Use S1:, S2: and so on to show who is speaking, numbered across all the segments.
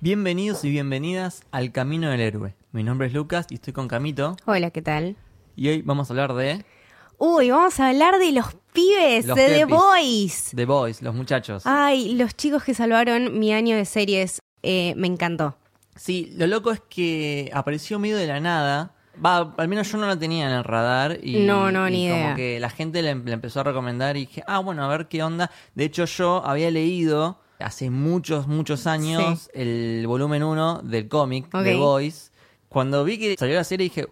S1: Bienvenidos y bienvenidas al Camino del Héroe. Mi nombre es Lucas y estoy con Camito.
S2: Hola, ¿qué tal?
S1: Y hoy vamos a hablar de
S2: Uy, vamos a hablar de los pibes,
S1: Los
S2: de The
S1: pepis.
S2: Boys.
S1: The Boys, los muchachos.
S2: Ay, los chicos que salvaron mi año de series. eh, me encantó.
S1: Sí, lo loco es que apareció medio de la nada. Va, al menos yo no la tenía en el radar. Y,
S2: No, no,
S1: y
S2: ni
S1: como
S2: idea.
S1: que la gente le, em- le empezó a recomendar y dije, ah, bueno, a ver qué onda. De hecho, yo había leído hace muchos, muchos años
S2: Sí.
S1: el volumen 1 del cómic
S2: Ok.
S1: The Boys. Cuando vi que salió la serie dije,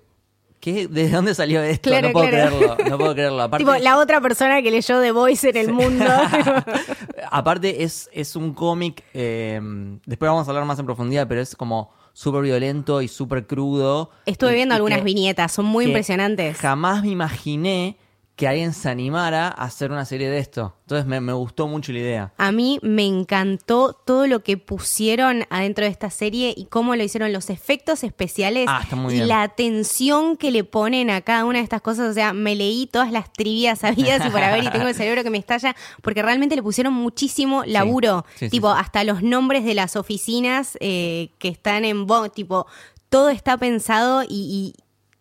S1: ¿qué? ¿De dónde salió esto?
S2: Claro,
S1: no puedo
S2: claro.
S1: creerlo, no puedo creerlo. Aparte,
S2: tipo, la otra persona que leyó The Boys en el mundo.
S1: Aparte, es, es un cómic. eh, después vamos a hablar más en profundidad, pero es como súper violento y súper crudo.
S2: Estuve
S1: Y-
S2: viendo
S1: y
S2: algunas
S1: que-
S2: viñetas, son muy
S1: que
S2: impresionantes.
S1: Jamás me imaginé que alguien se animara a hacer una serie de esto. Entonces me, me gustó mucho la idea.
S2: A mí me encantó todo lo que pusieron adentro de esta serie y cómo lo hicieron los efectos especiales
S1: Ah, está muy
S2: y
S1: bien.
S2: la atención que le ponen a cada una de estas cosas. O sea, me leí todas las trivias sabidas y por haber y tengo el cerebro que me estalla porque realmente le pusieron muchísimo laburo.
S1: Sí, sí,
S2: tipo,
S1: sí.
S2: hasta los nombres de las oficinas eh, que están en Bo, tipo, todo está pensado y... y-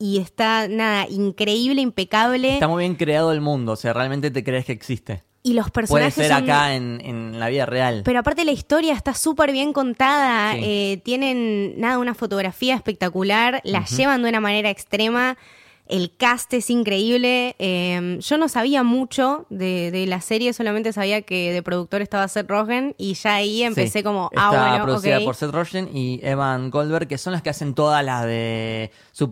S2: y está, nada, increíble, impecable.
S1: Está muy bien creado el mundo, o sea, realmente te crees que existe.
S2: y los
S1: Puede
S2: personajes
S1: ser
S2: son-
S1: acá en, en la vida real.
S2: Pero aparte la historia está súper bien contada,
S1: Sí.
S2: eh, tienen nada, una fotografía espectacular, la llevan de una manera extrema, el cast es increíble, eh, yo no sabía mucho de, de la serie, solamente sabía que de productor estaba Seth Rogen y ya ahí empecé
S1: Sí.
S2: como,
S1: Está
S2: ah, bueno,
S1: producida
S2: ok".
S1: por Seth Rogen y Evan Goldberg, que son las que hacen todas las de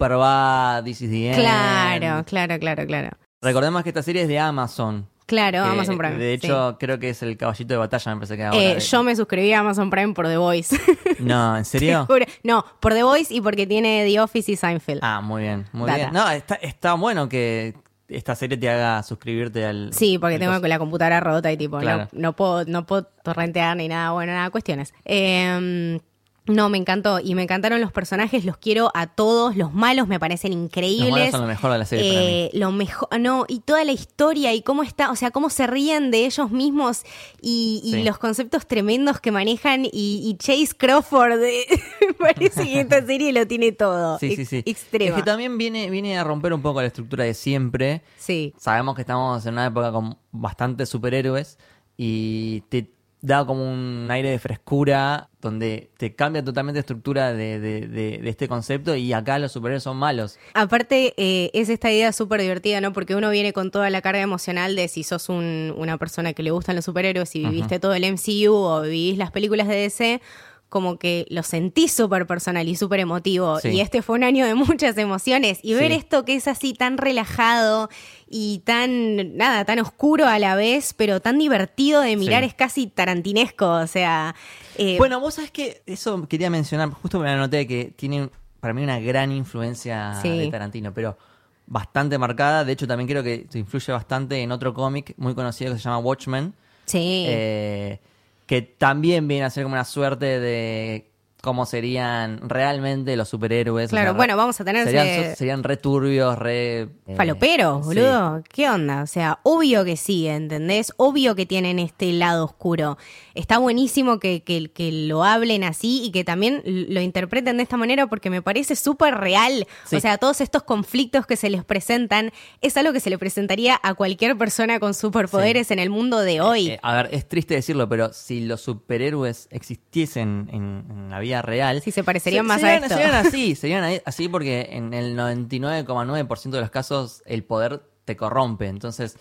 S1: Superbad, This is the End.
S2: Claro, claro, claro, claro.
S1: Recordemos que esta serie es de Amazon.
S2: Claro,
S1: que,
S2: Amazon Prime.
S1: De
S2: sí.
S1: hecho, creo que es el caballito de batalla, me parece que ahora.
S2: Eh,
S1: Eh,
S2: yo me suscribí a Amazon Prime por The Voice.
S1: No, ¿en
S2: Te
S1: serio?
S2: juro. no, por The Voice y porque tiene The Office y Seinfeld.
S1: ah, muy bien, muy
S2: Data.
S1: bien. No, está, está bueno que esta serie te haga suscribirte al...
S2: Sí, porque
S1: al
S2: tengo
S1: coso.
S2: la computadora rota y tipo,
S1: Claro.
S2: no, no puedo, no puedo torrentear ni nada, bueno, nada, cuestiones. Eh, no, me encantó. Y me encantaron los personajes, los quiero a todos. Los malos me parecen increíbles.
S1: Los malos son lo mejor de la serie para mí.
S2: Eh, Lo mejor, no, y toda la historia y cómo está, o sea, cómo se ríen de ellos mismos y, y
S1: Sí.
S2: los conceptos tremendos que manejan. Y, y Chase Crawford, eh, me parece que esta serie lo tiene todo.
S1: Sí, sí,
S2: Ex-
S1: sí.
S2: Extrema.
S1: Es que también viene, viene a romper un poco la estructura de siempre.
S2: sí.
S1: Sabemos que estamos en una época con bastantes superhéroes y te da como un aire de frescura donde te cambia totalmente la estructura de, de- de- de este concepto y acá los superhéroes son malos.
S2: Aparte, eh, es esta idea súper divertida, ¿no? Porque uno viene con toda la carga emocional de si sos un- una persona que le gustan los superhéroes, si viviste todo el MCU o vivís las películas de DC, como que lo sentís súper personal y súper emotivo.
S1: Sí.
S2: Y este fue un año de muchas emociones. Y ver
S1: Sí.
S2: esto que es así tan relajado y tan, nada, tan oscuro a la vez, pero tan divertido de mirar,
S1: Sí.
S2: es casi tarantinesco. O sea, eh,
S1: Bueno, vos sabés que eso quería mencionar, justo me la anoté que tiene para mí una gran influencia
S2: Sí.
S1: de Tarantino, pero bastante marcada. De hecho, también creo que te influye bastante en otro cómic muy conocido que se llama Watchmen,
S2: sí.
S1: eh, que también viene a ser como una suerte de cómo serían realmente los superhéroes.
S2: Claro,
S1: re-
S2: bueno, vamos a tener
S1: Serían,
S2: ese-
S1: su- serían re turbios, re... eh,
S2: Faloperos,
S1: sí.
S2: boludo. ¿Qué onda? O sea, obvio que sí, ¿entendés? Obvio que tienen este lado oscuro. Está buenísimo que, que- que lo hablen así y que también lo interpreten de esta manera porque me parece súper real.
S1: Sí.
S2: O sea, todos estos conflictos que se les presentan es algo que se le presentaría a cualquier persona con superpoderes en el mundo de hoy.
S1: Eh, a ver, es triste decirlo, pero si los superhéroes existiesen en, en la vida real...
S2: Sí, se parecerían más a
S1: serían-
S2: esto.
S1: Serían así, serían ahí- así porque en el 99,9% de los casos el poder te corrompe. Entonces,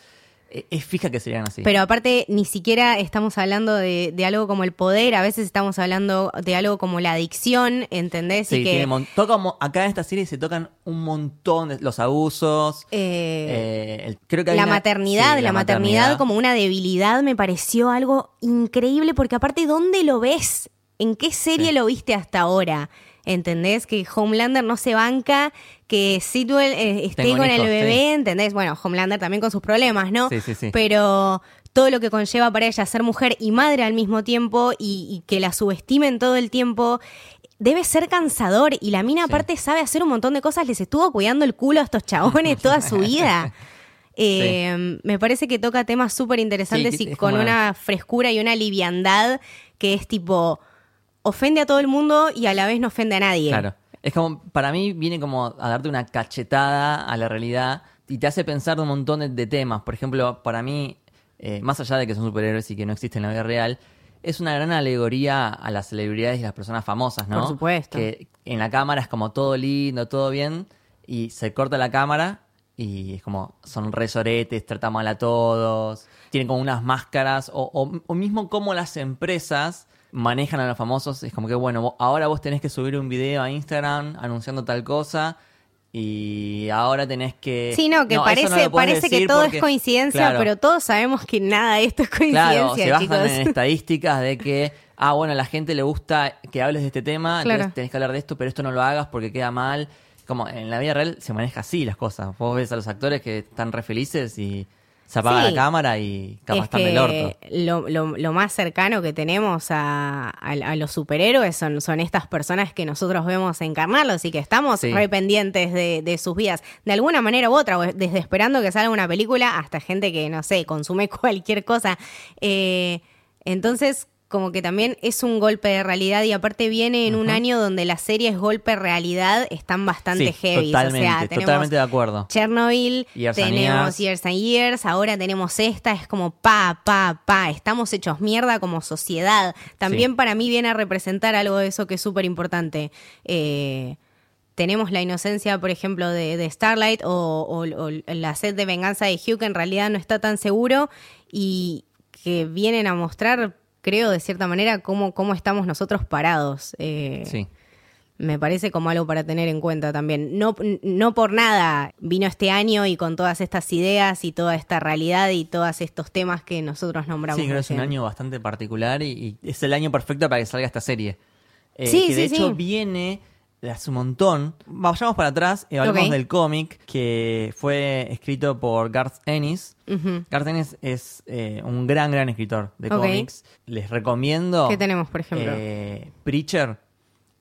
S1: eh, es fija que serían así.
S2: Pero aparte, ni siquiera estamos hablando de, de algo como el poder, a veces estamos hablando de algo como la adicción, ¿entendés?
S1: Sí,
S2: y que,
S1: tiene mon- toca mo- acá en esta serie se tocan un montón de los abusos.
S2: eh,
S1: eh, el- creo que hay
S2: la
S1: una-
S2: maternidad,
S1: sí,
S2: la, maternidad, como una debilidad me pareció algo increíble porque aparte ¿dónde lo ves? ¿En qué serie
S1: Sí.
S2: lo viste hasta ahora? ¿Entendés? Que Homelander no se banca, que Sidwell eh, esté
S1: Tengo un
S2: con el
S1: hijo,
S2: bebé,
S1: sí.
S2: ¿entendés? Bueno, Homelander también con sus problemas, ¿no?
S1: Sí, sí, sí.
S2: Pero todo lo que conlleva para ella ser mujer y madre al mismo tiempo y, y que la subestimen todo el tiempo. Debe ser cansador y la mina
S1: Sí.
S2: aparte sabe hacer un montón de cosas, les estuvo cuidando el culo a estos chabones toda su vida. Eh, Me parece que toca temas súper interesantes
S1: Sí,
S2: y
S1: es
S2: con
S1: como
S2: una frescura y una liviandad que es tipo, ofende a todo el mundo y a la vez no ofende a nadie.
S1: Claro. Es como, para mí viene como a darte una cachetada a la realidad y te hace pensar de un montón de, de temas. Por ejemplo, para mí, eh, más allá de que son superhéroes y que no existen en la vida real, es una gran alegoría a las celebridades y las personas famosas, ¿no?
S2: Por supuesto.
S1: Que en la cámara es como todo lindo, todo bien, y se corta la cámara y es como son resoretes, tratan mal a todos, tienen como unas máscaras, o, o- o mismo como las empresas manejan a los famosos, es como que, bueno, vo- ahora vos tenés que subir un video a Instagram anunciando tal cosa. Y ahora tenés que...
S2: Sí, no, que
S1: eso
S2: parece,
S1: lo podés
S2: parece que
S1: decir
S2: todo
S1: porque-
S2: es coincidencia,
S1: Claro.
S2: pero todos sabemos que nada de esto es coincidencia,
S1: Claro, se basan
S2: chicos.
S1: en estadísticas de que, ah, bueno, a la gente le gusta que hables de este tema,
S2: Claro.
S1: entonces tenés que hablar de esto, pero esto no lo hagas porque queda mal. Como en la vida real se maneja así las cosas. Vos ves a los actores que están re felices y se apaga
S2: Sí.
S1: la cámara y capaz
S2: Es
S1: están del
S2: que
S1: orto.
S2: lo, lo- lo más cercano que tenemos a, a- a los superhéroes son, son estas personas que nosotros vemos encarnarlos y que estamos
S1: Sí.
S2: re pendientes de, de sus vidas, de alguna manera u otra, o desde esperando que salga una película hasta gente que, no sé, consume cualquier cosa. Eh, entonces, como que también es un golpe de realidad y aparte viene en un año donde las series golpe realidad están bastante
S1: Sí,
S2: heavy. O
S1: totalmente,
S2: sea, tenemos
S1: totalmente de acuerdo.
S2: Chernobyl,
S1: Years and
S2: tenemos
S1: Years.
S2: Years and Years, ahora tenemos esta, es como pa, pa, pa, estamos hechos mierda como sociedad. También
S1: Sí.
S2: para mí viene a representar algo de eso que es súper importante. tenemos la inocencia, por ejemplo, de, de Starlight o, o- o la sed de venganza de Hugh, que en realidad no está tan seguro y que vienen a mostrar, creo, de cierta manera, cómo, cómo estamos nosotros parados. Eh,
S1: Sí.
S2: me parece como algo para tener en cuenta también. No, no por nada vino este año y con todas estas ideas y toda esta realidad y todos estos temas que nosotros nombramos.
S1: Sí, creo que es un
S2: recién.
S1: año bastante particular y, y es el año perfecto para que salga esta serie. Eh,
S2: Sí,
S1: que de
S2: sí,
S1: hecho
S2: sí.
S1: viene de hace un montón. Vayamos para atrás y hablemos
S2: Ok.
S1: del cómic que fue escrito por Garth Ennis.
S2: Ujú.
S1: Garth Ennis es eh, un gran, gran escritor de
S2: Ok.
S1: cómics. Les recomiendo.
S2: ¿Qué tenemos, por ejemplo?
S1: eh, Preacher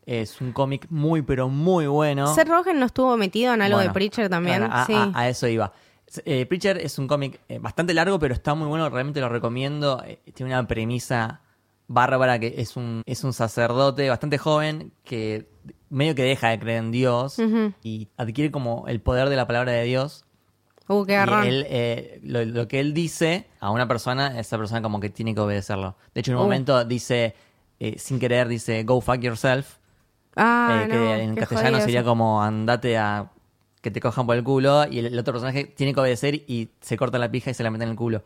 S1: es un cómic muy, pero muy bueno.
S2: Seth Rogen no estuvo metido en algo
S1: Bueno, ah,
S2: de Preacher también.
S1: claro, a,
S2: sí.
S1: a- a eso iba. S- eh, Preacher es un cómic eh, bastante largo, pero está muy bueno, realmente lo recomiendo. Eh, tiene una premisa bárbara que es un, es un sacerdote bastante joven que medio que deja de creer en Dios
S2: Ujú.
S1: y adquiere como el poder de la palabra de Dios.
S2: Uh, qué
S1: ah, Y
S2: garrón.
S1: él, eh, lo, lo que él dice a una persona, esa persona como que tiene que obedecerlo. De hecho, en un
S2: Uh.
S1: momento dice, eh, sin querer, dice, go fuck yourself.
S2: Ah,
S1: Eh,
S2: no,
S1: que en
S2: qué
S1: castellano
S2: jodido
S1: sería
S2: eso.
S1: como andate a que te cojan por el culo y el, el otro personaje tiene que obedecer y se corta la pija y se la mete en el culo.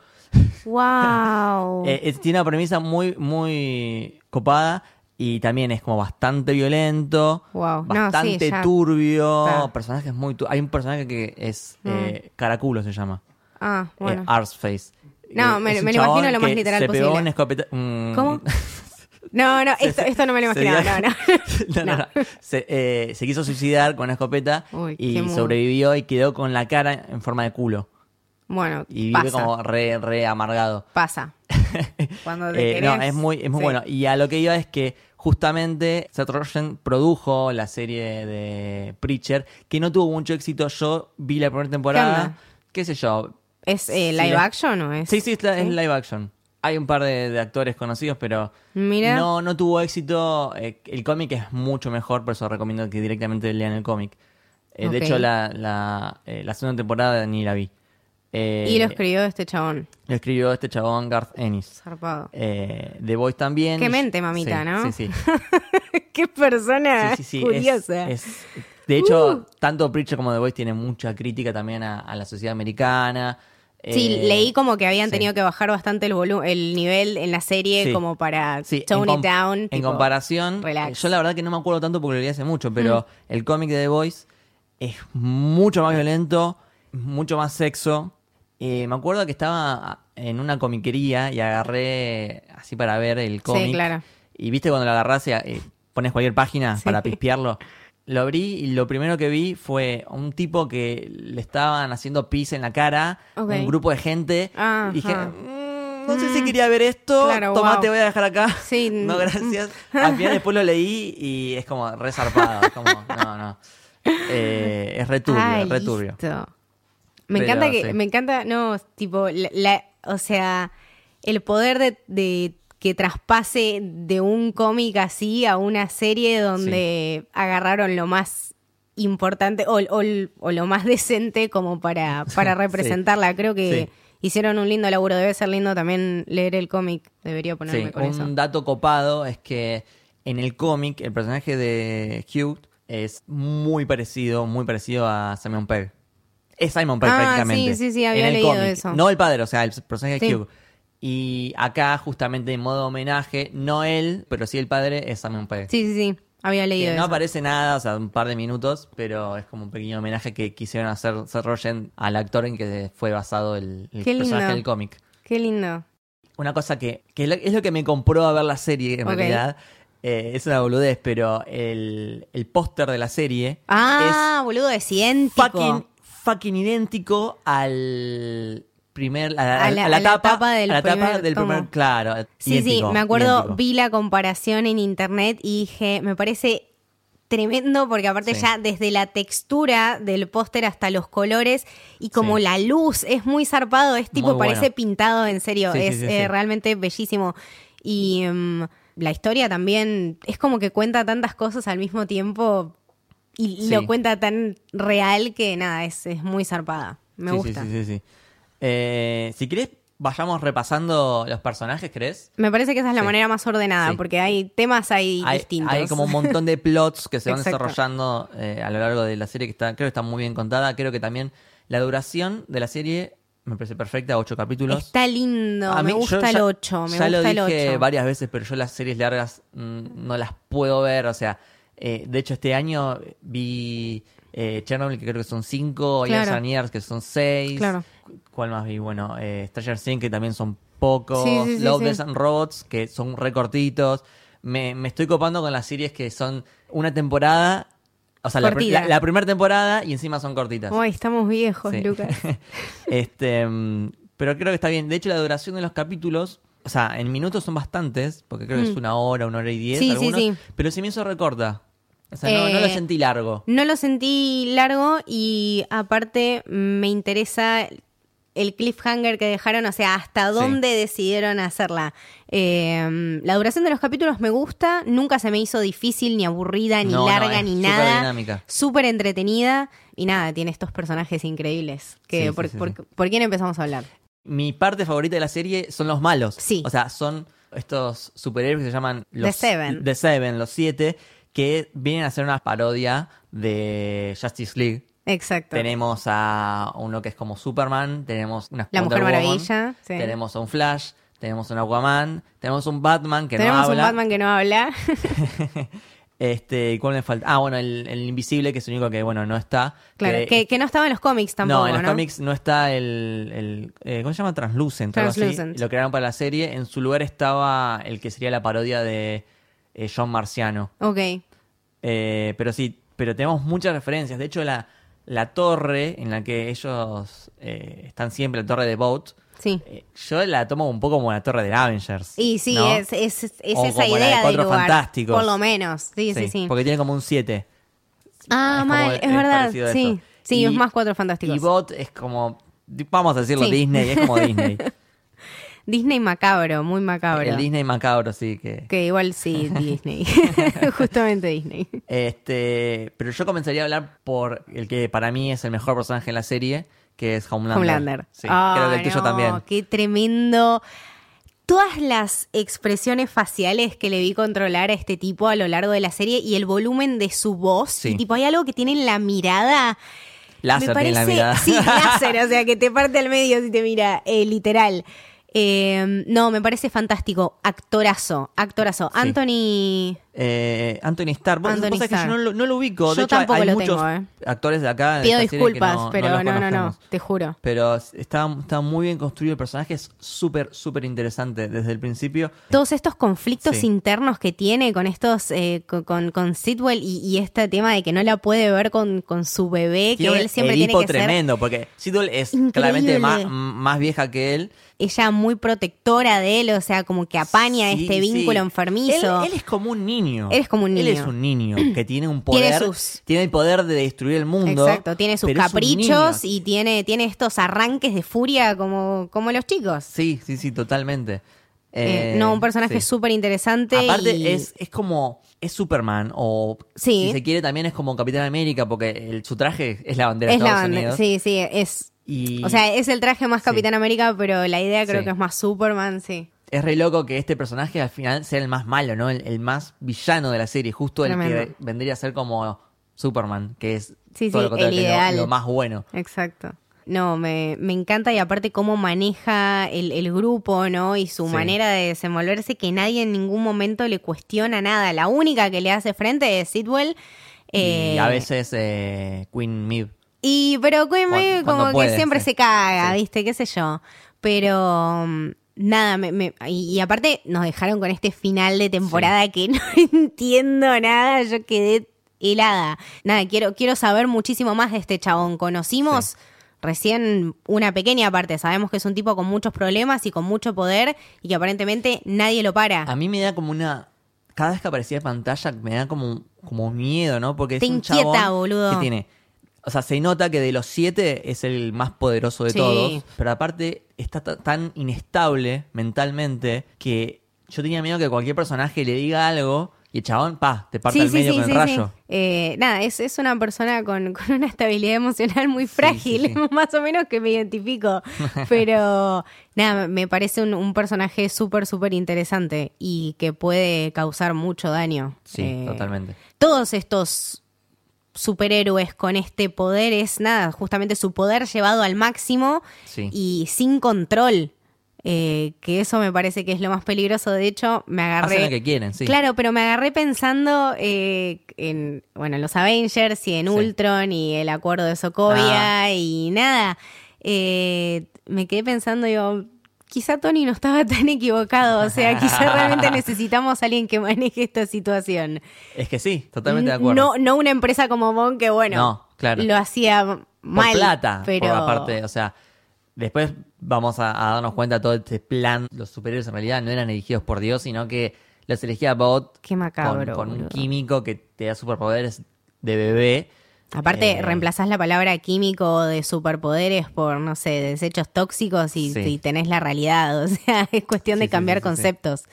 S2: Wow.
S1: Eh, es- tiene una premisa muy, muy copada y también es como bastante violento,
S2: Wow. No, sí,
S1: bastante
S2: ya.
S1: turbio,
S2: Está.
S1: personajes muy... tu- Hay un personaje que es eh, Caraculo se llama,
S2: ah, Mm. bueno.
S1: eh, Arsface.
S2: No,
S1: Eh,
S2: me-
S1: es un
S2: me lo imagino
S1: chabón
S2: lo más
S1: que
S2: literal
S1: se Pegó
S2: posible.
S1: un escopeta... un-
S2: ¿Cómo? no, no,
S1: se-
S2: esto, esto no me lo
S1: se
S2: imaginaba.
S1: dio-
S2: No, no.
S1: No, no,
S2: No.
S1: no. Se, eh, se quiso suicidar con una escopeta
S2: Uy, qué
S1: y
S2: mudo.
S1: sobrevivió y quedó con la cara en forma de culo.
S2: Bueno,
S1: Y vive
S2: pasa.
S1: como re, re amargado.
S2: Pasa. Cuando te
S1: Eh, no,
S2: querés,
S1: es muy, es muy
S2: sí.
S1: bueno. Y a lo que iba es que justamente Seth Rogen produjo la serie de Preacher, que no tuvo mucho éxito. Yo vi la primera temporada,
S2: onda?
S1: qué sé yo.
S2: ¿Es eh,
S1: Sí,
S2: live
S1: la-
S2: action o es?
S1: Sí, sí, es, la- es live action. Hay un par de, de actores conocidos, pero
S2: Mira.
S1: no no tuvo éxito. Eh, El cómic es mucho mejor, por eso recomiendo que directamente lean el cómic. Eh, De
S2: Ok.
S1: hecho, la, la, eh, la segunda temporada ni la vi. Eh,
S2: Y lo escribió este chabón,
S1: lo escribió este chabón Garth Ennis.
S2: zarpado.
S1: Eh, The Voice también.
S2: Qué mente, mamita,
S1: Sí,
S2: ¿no?
S1: Sí, sí.
S2: Qué persona
S1: Sí, sí, sí, es-
S2: curiosa. Uh.
S1: es- de hecho, tanto Preacher como The Voice tienen mucha crítica también a, a la sociedad americana.
S2: sí,
S1: Eh,
S2: leí como que habían
S1: sí.
S2: tenido que bajar bastante el volu- el nivel en la serie
S1: Sí.
S2: como para
S1: Sí, en
S2: tone
S1: com-
S2: it down.
S1: En
S2: tipo,
S1: comparación,
S2: relax. Mm.
S1: eh, yo la verdad que no me acuerdo tanto porque lo leí hace mucho, pero el cómic de The Voice es mucho más violento, mucho más sexo. Eh, me acuerdo que estaba en una comiquería y agarré así para ver el cómic.
S2: claro.
S1: Y viste cuando lo agarrás y eh, pones cualquier página para pispearlo. Lo abrí y lo primero que vi fue a un tipo que le estaban haciendo pis en la cara,
S2: Ok.
S1: un grupo de gente.
S2: Ajá.
S1: Y dije, "Mm, no sé si quería ver esto,
S2: Claro,
S1: tomá,
S2: wow.
S1: te voy a dejar acá.
S2: Sí.
S1: No, gracias. Al final después lo leí y es como re zarpado. es como, no, no. Eh, es re turbio,
S2: Ah,
S1: es re turbio.
S2: listo. Me
S1: Pero,
S2: encanta que,
S1: sí.
S2: me encanta, no, tipo, la, la- o sea, el poder de, de que traspase de un cómic así a una serie donde agarraron lo más importante o, o- o lo más decente como para, para representarla. Creo que
S1: Sí.
S2: hicieron un lindo laburo. Debe ser lindo también leer el cómic. Debería ponerme
S1: Sí,
S2: con
S1: un
S2: eso.
S1: dato copado es que en el cómic el personaje de Hugh es muy parecido, muy parecido a Simon Pegg. Es Simon Pegg
S2: Ah,
S1: prácticamente.
S2: sí, sí, sí, había
S1: en el
S2: leído
S1: cómic.
S2: eso.
S1: No el padre, o sea, el personaje de
S2: Sí.
S1: Hugh. Y acá, justamente en modo homenaje, no él, pero sí el padre es Simon Pegg.
S2: Sí, sí, sí. Había
S1: Que
S2: leído
S1: no
S2: eso.
S1: aparece nada, o sea, un par de minutos, pero es como un pequeño homenaje que quisieron hacer Seth Rogen al actor en que fue basado el, el
S2: Qué lindo.
S1: personaje del cómic.
S2: Qué lindo.
S1: una cosa que, que es lo- es lo que me compró a ver la serie, en
S2: Ok.
S1: realidad. Eh, es una boludez, pero el, el póster de la serie
S2: Ah, boludo, es idéntico.
S1: es fucking, fucking idéntico al primer a la,
S2: A la-
S1: a la
S2: a la
S1: tapa,
S2: tapa del
S1: a la tapa
S2: primer
S1: del
S2: tomo.
S1: primer- claro
S2: Sí,
S1: idéntico,
S2: sí, me acuerdo,
S1: idéntico.
S2: vi la comparación en internet y dije, me parece tremendo porque aparte
S1: Sí.
S2: ya desde la textura del póster hasta los colores y como
S1: Sí.
S2: la luz es muy zarpado, es tipo,
S1: Muy bueno.
S2: parece pintado en serio,
S1: Sí, sí,
S2: es
S1: sí,
S2: eh,
S1: sí.
S2: realmente bellísimo. Y mm, la historia también es como que cuenta tantas cosas al mismo tiempo y
S1: Sí.
S2: lo cuenta tan real que nada, es, es muy zarpada. Me
S1: Sí, sí,
S2: gusta.
S1: sí, sí, sí. Eh, si querés vayamos repasando los personajes crees
S2: Me parece que esa es la
S1: Sí.
S2: manera más ordenada,
S1: Sí.
S2: porque hay temas ahí
S1: hay,
S2: distintos.
S1: hay como un montón de plots que se van
S2: Exacto.
S1: desarrollando eh, a lo largo de la serie que está, creo que está muy bien contada. Creo que también la duración de la serie me parece perfecta, ocho capítulos.
S2: Está lindo,
S1: A mí-
S2: me
S1: yo
S2: gusta
S1: ya-
S2: el 8, me
S1: ya
S2: gusta
S1: lo
S2: el
S1: dije
S2: 8.
S1: varias veces, pero yo las series largas mm, no las puedo ver. O sea, eh, de hecho este año vi eh, Chernobyl, que creo que son cinco,
S2: Claro.
S1: Years and Years, que son seis.
S2: Claro.
S1: ¿Cuál más vi? Bueno, eh, Stranger Things, que también son pocos.
S2: Sí, sí, sí,
S1: Love,
S2: sí.
S1: Death and Robots, que son recortitos. Me, me estoy copando con las series que son una temporada... O sea, la,
S2: Cortita.
S1: primera temporada y encima son cortitas.
S2: Ay, estamos viejos,
S1: Sí.
S2: Lucas.
S1: este, mm, pero creo que está bien. De hecho, la duración de los capítulos, o sea, en minutos son bastantes, porque creo que es una hora, una hora y diez,
S2: Mm. Sí, sí,
S1: algunos,
S2: sí.
S1: pero se me hizo recorta. O sea, no, no lo
S2: Eh,
S1: sentí largo.
S2: No lo sentí largo y aparte me interesa el cliffhanger que dejaron, o sea, hasta
S1: Sí.
S2: dónde decidieron hacerla. Eh, la duración de los capítulos me gusta, nunca se me hizo difícil, ni aburrida, ni
S1: No, no,
S2: larga,
S1: es
S2: ni
S1: súper
S2: nada.
S1: dinámica.
S2: Súper entretenida y nada, tiene estos personajes increíbles.
S1: Sí,
S2: Que
S1: sí,
S2: por,
S1: sí,
S2: por-
S1: sí.
S2: por quién empezamos a hablar?
S1: Mi parte favorita de la serie son los malos.
S2: Sí.
S1: O sea, son estos superhéroes que se llaman los
S2: The Seven.
S1: The Seven, los siete, que vienen a hacer una parodia de Justice League.
S2: Exacto.
S1: Tenemos a uno que es como Superman, tenemos una
S2: La
S1: Wonder
S2: Mujer
S1: Woman,
S2: Maravilla, sí.
S1: tenemos a un Flash, tenemos un Aquaman, tenemos un Batman que
S2: Tenemos
S1: no habla.
S2: un Batman que no habla.
S1: Este, ¿y ¿cuál me falta? Ah, bueno, el, el invisible que es el único que bueno no está.
S2: Claro, que, que no estaba en los cómics tampoco,
S1: no,
S2: ¿no?
S1: en los cómics no está el, el, eh, ¿cómo se llama? Translucent. algo así.
S2: Translucent.
S1: Lo crearon para la serie. En su lugar estaba el que sería la parodia de eh, John Marciano.
S2: Ok.
S1: Eh, pero sí, pero tenemos muchas referencias. De hecho, la, la torre en la que ellos eh, están siempre, la torre de Boat,
S2: Sí.
S1: eh, yo la tomo un poco como la torre de Avengers.
S2: Y sí,
S1: ¿no?
S2: es, es, es
S1: O
S2: esa
S1: como la de
S2: idea del
S1: Cuatro
S2: lugar.
S1: Fantásticos.
S2: Por lo menos. Sí, sí, sí.
S1: Porque tiene como un 7.
S2: ah,
S1: es como-
S2: mal,
S1: es
S2: es verdad.
S1: parecido a
S2: Sí,
S1: eso.
S2: sí,
S1: Y-
S2: es más Cuatro Fantásticos.
S1: Y Bot es como, di- vamos a decirlo,
S2: Sí.
S1: Disney, es como Disney.
S2: Disney macabro, muy macabro.
S1: El Disney macabro, sí, que...
S2: Ah, Que igual sí, Disney. Justamente Disney.
S1: Este, pero yo comenzaría a hablar por el que para mí es el mejor personaje en la serie, que es Homelander.
S2: Homelander.
S1: Sí,
S2: Ah,
S1: creo que el tuyo
S2: no,
S1: también.
S2: Qué tremendo. Todas las expresiones faciales que le vi controlar a este tipo a lo largo de la serie y el volumen de su voz.
S1: Sí.
S2: Y tipo, hay algo que tiene en la mirada.
S1: Láser tiene la mirada.
S2: Sí, láser, o sea, que te parte al medio si te mira, eh, literal. Eh, no, me parece fantástico. Actorazo, actorazo.
S1: Sí.
S2: Anthony.
S1: Eh, Anthony Starr. Vos-
S2: Anthony
S1: vos sabés que
S2: Starr.
S1: yo no lo, no lo ubico.
S2: Yo
S1: de hecho, hay-
S2: tampoco
S1: hay
S2: lo
S1: muchos
S2: tengo, eh.
S1: actores de acá. de
S2: Pido
S1: esta serie que
S2: disculpas,
S1: no- no
S2: pero
S1: los
S2: no, no, no,
S1: conocemos.
S2: te juro.
S1: Pero está, está muy bien construido el personaje, es súper, súper interesante desde el principio.
S2: todos estos conflictos
S1: Sí.
S2: internos que tiene con estos eh, co- con, con Sidwell y, y este tema de que no la puede ver con, con su bebé, que
S1: Tiene un
S2: él siempre tiene
S1: Edipo
S2: que ser
S1: tremendo, porque Sidol es
S2: Increíble.
S1: claramente más, más vieja que él.
S2: ella muy protectora de él, o sea, como que apaña
S1: Sí,
S2: este
S1: sí.
S2: vínculo enfermizo.
S1: Él, él es como un niño.
S2: Él es como un
S1: Él
S2: niño.
S1: es un niño que tiene un poder. Tiene,
S2: sus-
S1: el poder de destruir el mundo.
S2: Exacto, tiene sus
S1: pero es un
S2: caprichos
S1: niño.
S2: y tiene, tiene estos arranques de furia como, como los chicos.
S1: Sí, sí, sí, totalmente.
S2: Eh,
S1: Eh,
S2: no, un
S1: sí.
S2: personaje súper interesante.
S1: Aparte,
S2: y-
S1: es, es como. Es Superman, o
S2: Sí.
S1: si se quiere también es como Capitán América, porque el- su traje es la bandera de
S2: es la
S1: Estados
S2: banda.
S1: Unidos.
S2: Sí, sí, es.
S1: Y
S2: O sea, es el traje más
S1: Sí.
S2: Capitán América, pero la idea creo
S1: Sí.
S2: que es más Superman, sí.
S1: es re loco que este personaje al final sea el más malo, ¿no? El, el más villano de la serie, justo el
S2: Tremendo.
S1: que vendría a ser como Superman, que es
S2: Sí, sí,
S1: todo lo contrario,
S2: el
S1: que es lo-
S2: ideal.
S1: lo más bueno.
S2: Exacto. No, me, me encanta y aparte cómo maneja el, el grupo, ¿no? Y su
S1: Sí.
S2: manera de desenvolverse, que nadie en ningún momento le cuestiona nada. La única que le hace frente es eh, Sidwell.
S1: Y a veces eh, Queen Mib.
S2: Y, pero Queen
S1: Cuan-
S2: Maeve
S1: cuando
S2: como que
S1: puede,
S2: siempre
S1: sí.
S2: se caga,
S1: Sí.
S2: ¿viste? ¿Qué sé yo? Pero mm, nada, me- me- y, y aparte nos dejaron con este final de temporada que no entiendo nada, yo quedé helada. Nada, quiero, quiero saber muchísimo más de este chabón. Conocimos recién una pequeña parte, sabemos que es un tipo con muchos problemas y con mucho poder y que aparentemente nadie lo para.
S1: A mí me da como una. Cada vez que aparecía en pantalla me da como, como miedo, ¿no? Porque
S2: Te
S1: es un
S2: inquieta,
S1: chabón
S2: boludo.
S1: que tiene. O sea, se nota que de los siete es el más poderoso de
S2: Sí.
S1: todos. Pero aparte, está ta- tan inestable mentalmente que yo tenía miedo que cualquier personaje le diga algo y el chabón, pa, te parte al medio con el rayo.
S2: Eh, nada, es, es una persona con, con una estabilidad emocional muy frágil,
S1: sí, sí.
S2: más o menos que me identifico. Pero nada, me parece un, un personaje súper, súper interesante y que puede causar mucho daño.
S1: Sí,
S2: Eh,
S1: totalmente.
S2: Todos estos superhéroes con este poder es nada, justamente su poder llevado al máximo
S1: Sí.
S2: y sin control. eh, que eso me parece que es lo más peligroso. De hecho, me agarré.
S1: Hacen lo que quieren, sí.
S2: Claro, pero me agarré pensando eh, en, bueno, en los Avengers y en
S1: Sí. Ah.
S2: Ultron y el acuerdo de Sokovia y nada. Eh, me quedé pensando, digo, quizá Tony no estaba tan equivocado, o sea, quizá realmente necesitamos a alguien que maneje esta situación.
S1: Es que sí, totalmente de acuerdo.
S2: No, no una empresa como Bon que, bueno,
S1: No, claro.
S2: lo hacía mal.
S1: por plata,
S2: pero
S1: por aparte, o sea, después vamos a, a darnos cuenta de todo este plan. Los superiores en realidad no eran elegidos por Dios, sino que los elegía Bot
S2: Qué macabro,
S1: con, con un
S2: boludo.
S1: químico que te da superpoderes de bebé.
S2: Aparte,
S1: Eh,
S2: reemplazás la palabra químico de superpoderes por, no sé, desechos tóxicos y,
S1: Sí.
S2: y tenés la realidad. O sea, es
S1: Sí,
S2: cuestión de
S1: sí,
S2: cambiar
S1: sí, sí, sí.
S2: conceptos.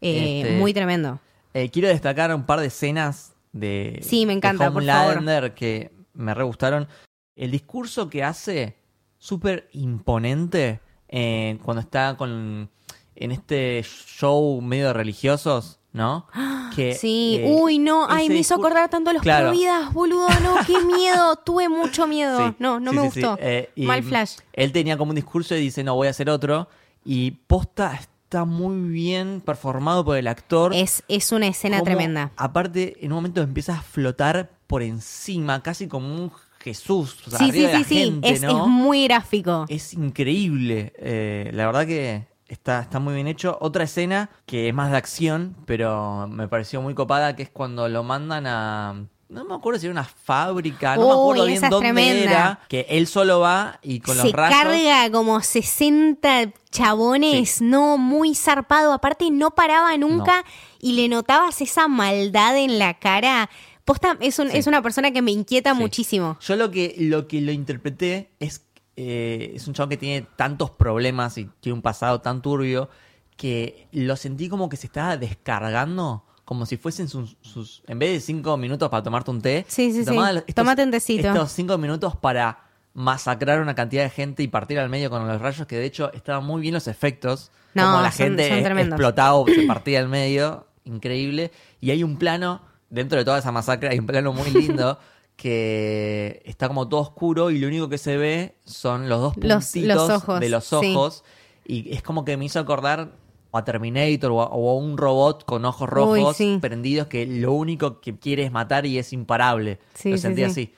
S2: Eh,
S1: Este-
S2: Muy tremendo.
S1: Eh, quiero destacar un par de escenas de,
S2: Sí, me encanta,
S1: de
S2: por favor.
S1: Homelander que me re gustaron. El discurso que hace, súper imponente, eh, cuando está con en este show medio de religiosos, ¿no? Que,
S2: Sí,
S1: eh,
S2: uy, no, ay,
S1: ese
S2: me hizo
S1: discur-
S2: acordar tanto a los
S1: Claro.
S2: providas, boludo, no, qué miedo, tuve mucho miedo.
S1: Sí,
S2: No, no
S1: sí,
S2: me
S1: sí, sí.
S2: gustó.
S1: Eh, y
S2: Mal flash.
S1: Él tenía como un discurso y dice, no, voy a hacer otro. Y posta está muy bien performado por el actor.
S2: Es, es una escena
S1: Cómo,
S2: tremenda.
S1: Aparte, en un momento empieza a flotar por encima, casi como un Jesús. o sea,
S2: Sí, sí,
S1: arriba de
S2: sí,
S1: la
S2: sí,
S1: gente,
S2: es,
S1: ¿no?
S2: es muy gráfico.
S1: Es increíble. eh, la verdad que está, está muy bien hecho. Otra escena que es más de acción, pero me pareció muy copada, que es cuando lo mandan a... No me acuerdo si era una fábrica, no me
S2: Uy,
S1: acuerdo bien
S2: esa es
S1: dónde
S2: tremenda.
S1: era. Que él solo va y con
S2: se
S1: los rayos...
S2: carga como 60 chabones, no, muy zarpado. Aparte, no paraba nunca y le notabas esa maldad en la cara. Posta, es, un-
S1: Sí.
S2: es una persona que me inquieta
S1: Sí.
S2: muchísimo.
S1: Yo lo que lo, que lo interpreté es. eh, es un chabón que tiene tantos problemas y tiene un pasado tan turbio que lo sentí como que se estaba descargando, como si fuesen sus. sus- en vez de cinco minutos para tomarte un té,
S2: Sí, sí,
S1: se
S2: sí.
S1: tomaba los-
S2: Tómate un tecito.
S1: Estos cinco minutos para masacrar una cantidad de gente y partir al medio con los rayos, que de hecho estaban muy bien los efectos.
S2: No,
S1: como la
S2: son-
S1: gente
S2: son
S1: es-
S2: tremendos.
S1: explotado, se partía al medio, increíble. Y hay un plano, dentro de toda esa masacre, hay un plano muy lindo que está como todo oscuro y lo único que se ve son los dos
S2: Los-
S1: puntitos
S2: los ojos,
S1: de los
S2: sí.
S1: ojos. Y es como que me hizo acordar o a Terminator o a, o a un robot con ojos
S2: Uy,
S1: rojos
S2: sí.
S1: prendidos que lo único que quiere es matar y es imparable.
S2: Sí,
S1: lo
S2: sí,
S1: sentí
S2: sí.
S1: así.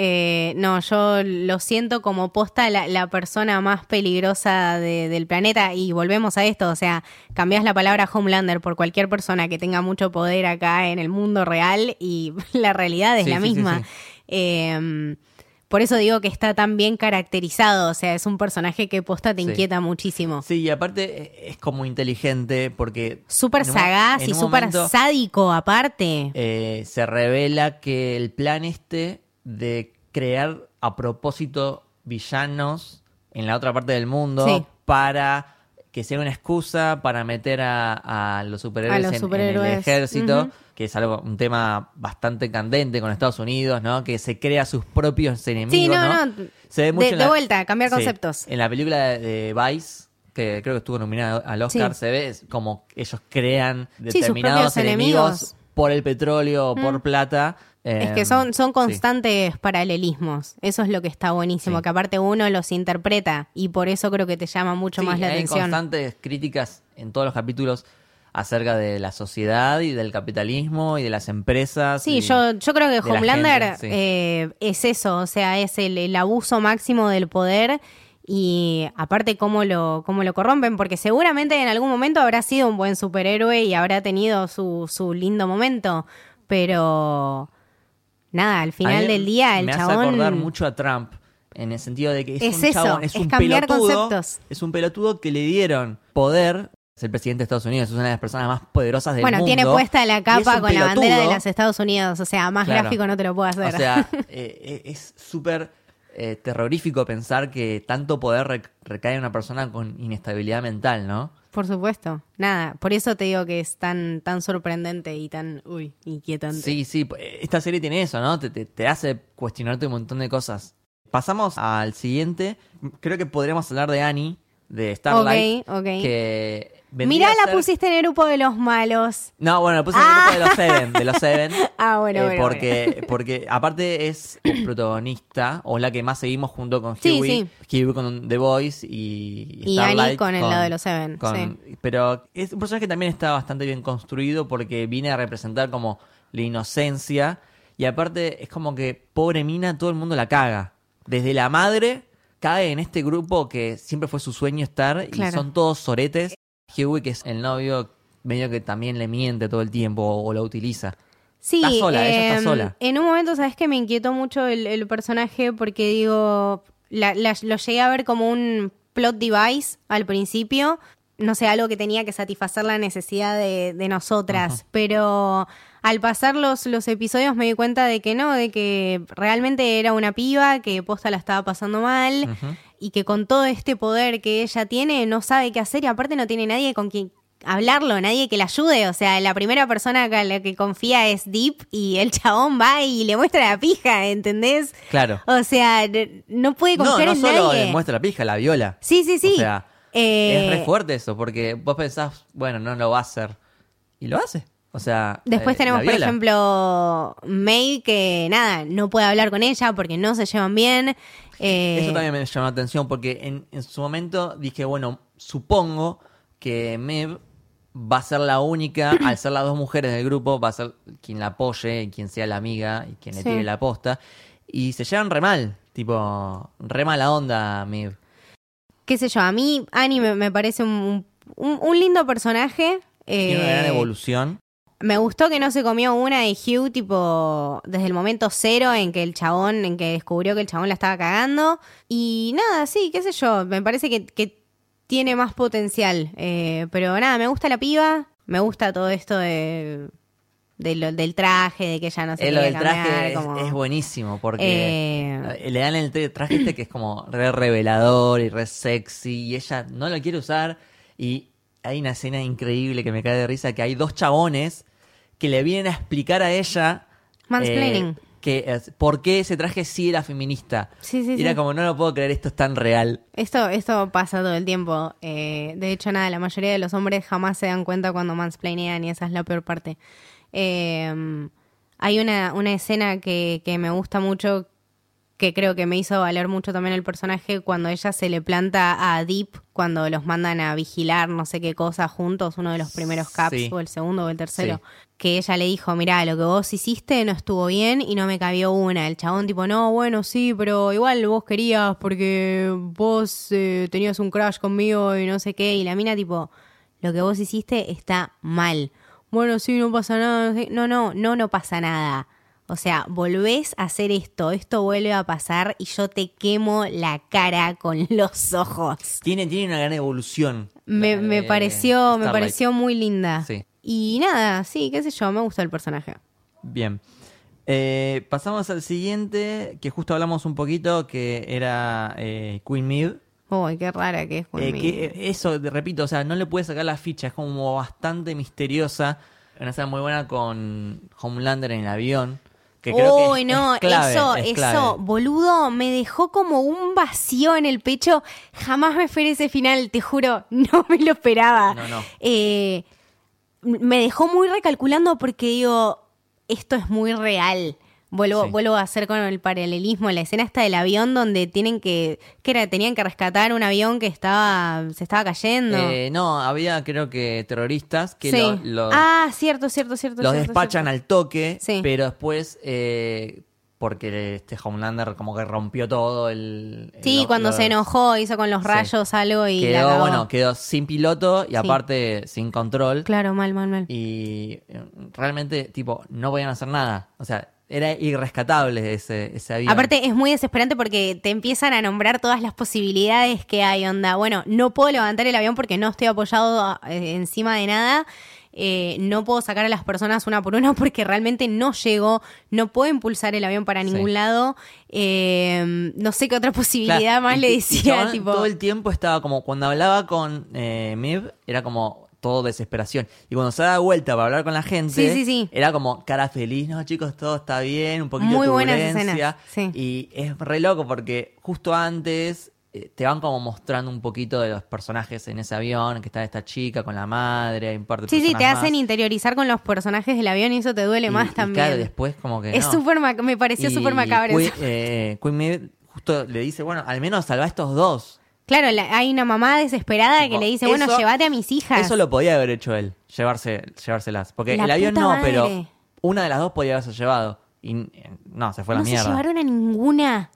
S2: Eh, no, yo lo siento como posta la, la persona más peligrosa de- del planeta y volvemos a esto, o sea, cambiás la palabra Homelander por cualquier persona que tenga mucho poder acá en el mundo real y la realidad es
S1: Sí,
S2: la
S1: sí, sí,
S2: misma.
S1: sí.
S2: Eh, por eso digo que está tan bien caracterizado, o sea, es un personaje que posta te
S1: Sí.
S2: inquieta muchísimo.
S1: Sí, y aparte eh, es como inteligente porque...
S2: Súper
S1: en un-
S2: sagaz
S1: en
S2: y
S1: un
S2: súper
S1: momento-
S2: sádico aparte.
S1: eh, se revela que el plan este de crear a propósito villanos en la otra parte del mundo
S2: Sí.
S1: para que sea una excusa para meter a, a los superhéroes,
S2: A los
S1: en- En, el
S2: superhéroes.
S1: ejército,
S2: Ujú.
S1: que es algo un tema bastante candente con Estados Unidos, ¿no? Que se crea sus propios enemigos,
S2: Sí, no,
S1: ¿no?
S2: no.
S1: Se ve
S2: De-
S1: mucho en
S2: de
S1: la-
S2: vuelta, cambiar
S1: Sí.
S2: conceptos.
S1: En la película de, de Vice que creo que estuvo nominada al Oscar,
S2: Sí.
S1: se ve como ellos crean
S2: sus
S1: determinados
S2: propios
S1: enemigos,
S2: enemigos. Mm.
S1: por el petróleo, por plata.
S2: Es
S1: eh,
S2: que son, son
S1: sí.
S2: constantes paralelismos. Eso es lo que está buenísimo,
S1: Sí.
S2: que aparte uno los interpreta y por eso creo que te llama mucho
S1: Sí,
S2: más la
S1: hay
S2: atención.
S1: constantes críticas en todos los capítulos acerca de la sociedad y del capitalismo y de las empresas.
S2: Sí,
S1: y
S2: yo, yo creo
S1: de
S2: que
S1: la
S2: Homelander
S1: gente, sí.
S2: eh, es eso, o sea, es el, el abuso máximo del poder y aparte cómo lo, cómo lo corrompen, porque seguramente en algún momento habrá sido un buen superhéroe y habrá tenido su, su lindo momento, pero nada, al
S1: A
S2: final
S1: mí
S2: del día el
S1: me
S2: chabón...
S1: hace acordar mucho a Trump en el sentido de que es,
S2: Es
S1: un
S2: eso,
S1: chabón, es,
S2: es
S1: un
S2: cambiar
S1: pelotudo,
S2: conceptos.
S1: es un pelotudo que le dieron poder. Es el presidente de Estados Unidos, es una de las personas más poderosas del
S2: bueno,
S1: mundo.
S2: tiene puesta
S1: y
S2: la
S1: es
S2: capa
S1: un
S2: con la bandera de
S1: pelotudo.
S2: los Estados Unidos, o sea, más
S1: Claro.
S2: gráfico no te lo puedo hacer.
S1: O sea, eh, eh, es súper eh, terrorífico pensar que tanto poder rec- recae en una persona con inestabilidad mental, ¿no?
S2: Por supuesto, nada, por eso te digo que es tan, tan sorprendente y tan, uy, inquietante.
S1: Sí, sí, p- esta serie tiene eso, ¿no? Te, te- te hace cuestionarte un montón de cosas. Pasamos al siguiente. Creo que podríamos hablar de Annie, de Starlight.
S2: Ok, ok.
S1: Que vendría
S2: Mirá,
S1: a
S2: la
S1: ser-
S2: pusiste en el grupo de los malos.
S1: No, bueno, la puse en el grupo de los Seven. De los Seven.
S2: Ah, bueno,
S1: Eh,
S2: bueno,
S1: porque, porque aparte es protagonista, o la que más seguimos junto con
S2: Sí,
S1: Huey. Huey con The Voice y,
S2: Y Annie
S1: Starlight
S2: con el lado de los Seven,
S1: Pero es un personaje que también está bastante bien construido porque viene a representar como la inocencia. Y aparte es como que, pobre mina, todo el mundo la caga. Desde la madre cae en este grupo que siempre fue su sueño estar y
S2: Claro.
S1: son todos soretes. Huey, que es el novio, medio que también le miente todo el tiempo o, o la utiliza.
S2: Sí,
S1: Está sola, ella está
S2: em,
S1: sola.
S2: En un momento, ¿sabes que Me inquietó mucho el, el personaje porque digo, la- la- lo llegué a ver como un plot device al principio. No sé, algo que tenía que satisfacer la necesidad de, de nosotras. Pero al pasar los, los episodios me di cuenta de que no, de que realmente era una piba, que posta la estaba pasando mal. Y que con todo este poder que ella tiene, no sabe qué hacer y aparte no tiene nadie con quien hablarlo, nadie que la ayude. O sea, la primera persona a la que confía es Deep y el chabón va y le muestra la pija, ¿entendés?
S1: Claro.
S2: O sea, n- no puede
S1: No,
S2: confiar
S1: no
S2: en
S1: solo
S2: nadie.
S1: le muestra la pija, la viola.
S2: Sí, sí, sí.
S1: O sea,
S2: Eh,
S1: es re fuerte eso, porque vos pensás, bueno, no lo va a hacer. Y lo hace. O sea.
S2: Después
S1: eh,
S2: tenemos,
S1: la
S2: por
S1: viola.
S2: ejemplo, May, que nada, no puede hablar con ella porque no se llevan bien. Eh,
S1: Eso también me llamó la atención, porque en, en su momento dije, bueno, supongo que Mev va a ser la única, al ser las dos mujeres del grupo, va a ser quien la apoye, y quien sea la amiga y quien le
S2: Sí.
S1: tire la posta. Y se llevan re mal, tipo, re mala onda, Mev.
S2: qué sé yo, a mí Annie me, me parece un, un- un lindo personaje.
S1: Tiene una gran
S2: eh,
S1: evolución.
S2: Me gustó que no se comió una de Hugh, tipo, desde el momento cero en que el chabón, en que descubrió que el chabón la estaba cagando. Y nada, sí, qué sé yo, me parece que, que tiene más potencial. Eh, pero nada, me gusta la piba, me gusta todo esto de, de lo- del traje, de que ella no se
S1: Eh, lo
S2: quería
S1: del
S2: cambiar,
S1: traje es,
S2: como-
S1: es buenísimo porque
S2: Eh.
S1: eh, le dan el tra- traje este que es como re revelador y re sexy y ella no lo quiere usar y hay una escena increíble que me cae de risa que hay dos chabones que le vienen a explicar a ella
S2: Mansplaining.
S1: eh, que es- por qué ese traje sí era feminista.
S2: Sí, sí,
S1: Y era
S2: sí.
S1: como no lo puedo creer, esto es tan real.
S2: Esto, esto pasa todo el tiempo. Eh, de hecho, nada, la mayoría de los hombres jamás se dan cuenta cuando mansplainean y esa es la peor parte. Eh, hay una, una escena que, que me gusta mucho, que creo que me hizo valer mucho también el personaje, cuando ella se le planta a Deep, cuando los mandan a vigilar no sé qué cosa juntos, uno de los primeros caps,
S1: Sí.
S2: o el segundo o el tercero. Que ella le dijo, mirá, lo que vos hiciste no estuvo bien y no me cabió una. El chabón tipo, no, bueno, sí, pero igual vos querías porque vos eh, tenías un crash conmigo y no sé qué. Y la mina tipo, lo que vos hiciste está mal. Bueno, sí, no pasa nada. no sé- No, no, no, no pasa nada. O sea, volvés a hacer esto, esto vuelve a pasar y yo te quemo la cara con los ojos.
S1: Tiene, tiene una gran evolución.
S2: Me,
S1: la
S2: me
S1: de
S2: pareció, me
S1: Starlight.
S2: pareció muy linda.
S1: Sí.
S2: Y nada, sí, qué sé yo, me gusta el personaje.
S1: Bien. Eh, pasamos al siguiente, que justo hablamos un poquito, que era eh, Queen Mead,
S2: Uy, qué rara que es
S1: Eh,
S2: conmigo.
S1: que, eh, eso, te repito, o sea, no le puede sacar la ficha, es como bastante misteriosa. Una escena muy buena con Homelander en el avión. Que creo que es-
S2: Uy, no,
S1: es clave,
S2: eso,
S1: es clave.
S2: eso, boludo, me dejó como un vacío en el pecho. Jamás me esperé ese final, te juro, no me lo esperaba.
S1: No, no.
S2: Eh, m- me dejó muy recalculando porque digo, esto es muy real. Vuelvo,
S1: Sí.
S2: vuelvo a hacer con el paralelismo la escena esta del avión donde tienen que, que era, tenían que rescatar un avión que estaba, se estaba cayendo.
S1: Eh, no, había creo que terroristas que
S2: Sí.
S1: lo- lo-
S2: ah, cierto, cierto, cierto.
S1: los
S2: cierto,
S1: despachan
S2: cierto.
S1: al toque,
S2: Sí.
S1: pero después, eh, porque este Homelander como que rompió todo el... el-
S2: Sí,
S1: lo-
S2: cuando
S1: lo-
S2: se enojó, hizo con los
S1: Sí.
S2: rayos algo y la
S1: Quedó,
S2: cagó.
S1: bueno, quedó sin piloto y aparte sin control.
S2: Claro, mal, mal, mal.
S1: Y eh, realmente, tipo, no podían hacer nada. O sea, era irrescatable ese, ese avión.
S2: Aparte es muy desesperante porque te empiezan a nombrar todas las posibilidades que hay, onda. Bueno, no puedo levantar el avión porque no estoy apoyado eh, encima de nada. Eh, no puedo sacar a las personas una por una porque realmente no llego. No puedo impulsar el avión para ningún
S1: Sí.
S2: lado. Eh, no sé qué otra posibilidad
S1: Claro,
S2: más
S1: y-
S2: le
S1: y- y
S2: decía.
S1: chabón
S2: tipo,
S1: Todo el tiempo estaba como, cuando hablaba con eh, Miv, era como todo desesperación. Y cuando se daba vuelta para hablar con la gente,
S2: Sí, sí, sí.
S1: era como cara feliz, no chicos, todo está bien, un poquito
S2: Muy
S1: de
S2: buenas
S1: turbulencia.
S2: escenas, sí.
S1: Y es re loco porque justo antes eh, te van como mostrando un poquito de los personajes en ese avión, que está esta chica con la madre, hay un par de
S2: sí, sí, te
S1: personas más.
S2: hacen interiorizar con los personajes del avión y eso te duele
S1: Y-
S2: más
S1: y
S2: también.
S1: Claro, después como que
S2: es
S1: no.
S2: súper mac- me pareció
S1: Y
S2: súper macabro.
S1: Queen-
S2: eso.
S1: eh, Queen Maeve justo le dice, bueno, al menos salva a estos dos.
S2: Claro, la- hay una mamá desesperada
S1: Tipo,
S2: que le dice,
S1: eso-
S2: bueno, llévate a mis hijas.
S1: Eso lo podía haber hecho él, llevarse, llevárselas. Porque
S2: La
S1: el avión
S2: puta
S1: no,
S2: madre.
S1: pero una de las dos podía haberse llevado. Y eh, no, se fue a la
S2: no
S1: mierda.
S2: se llevaron a ninguna.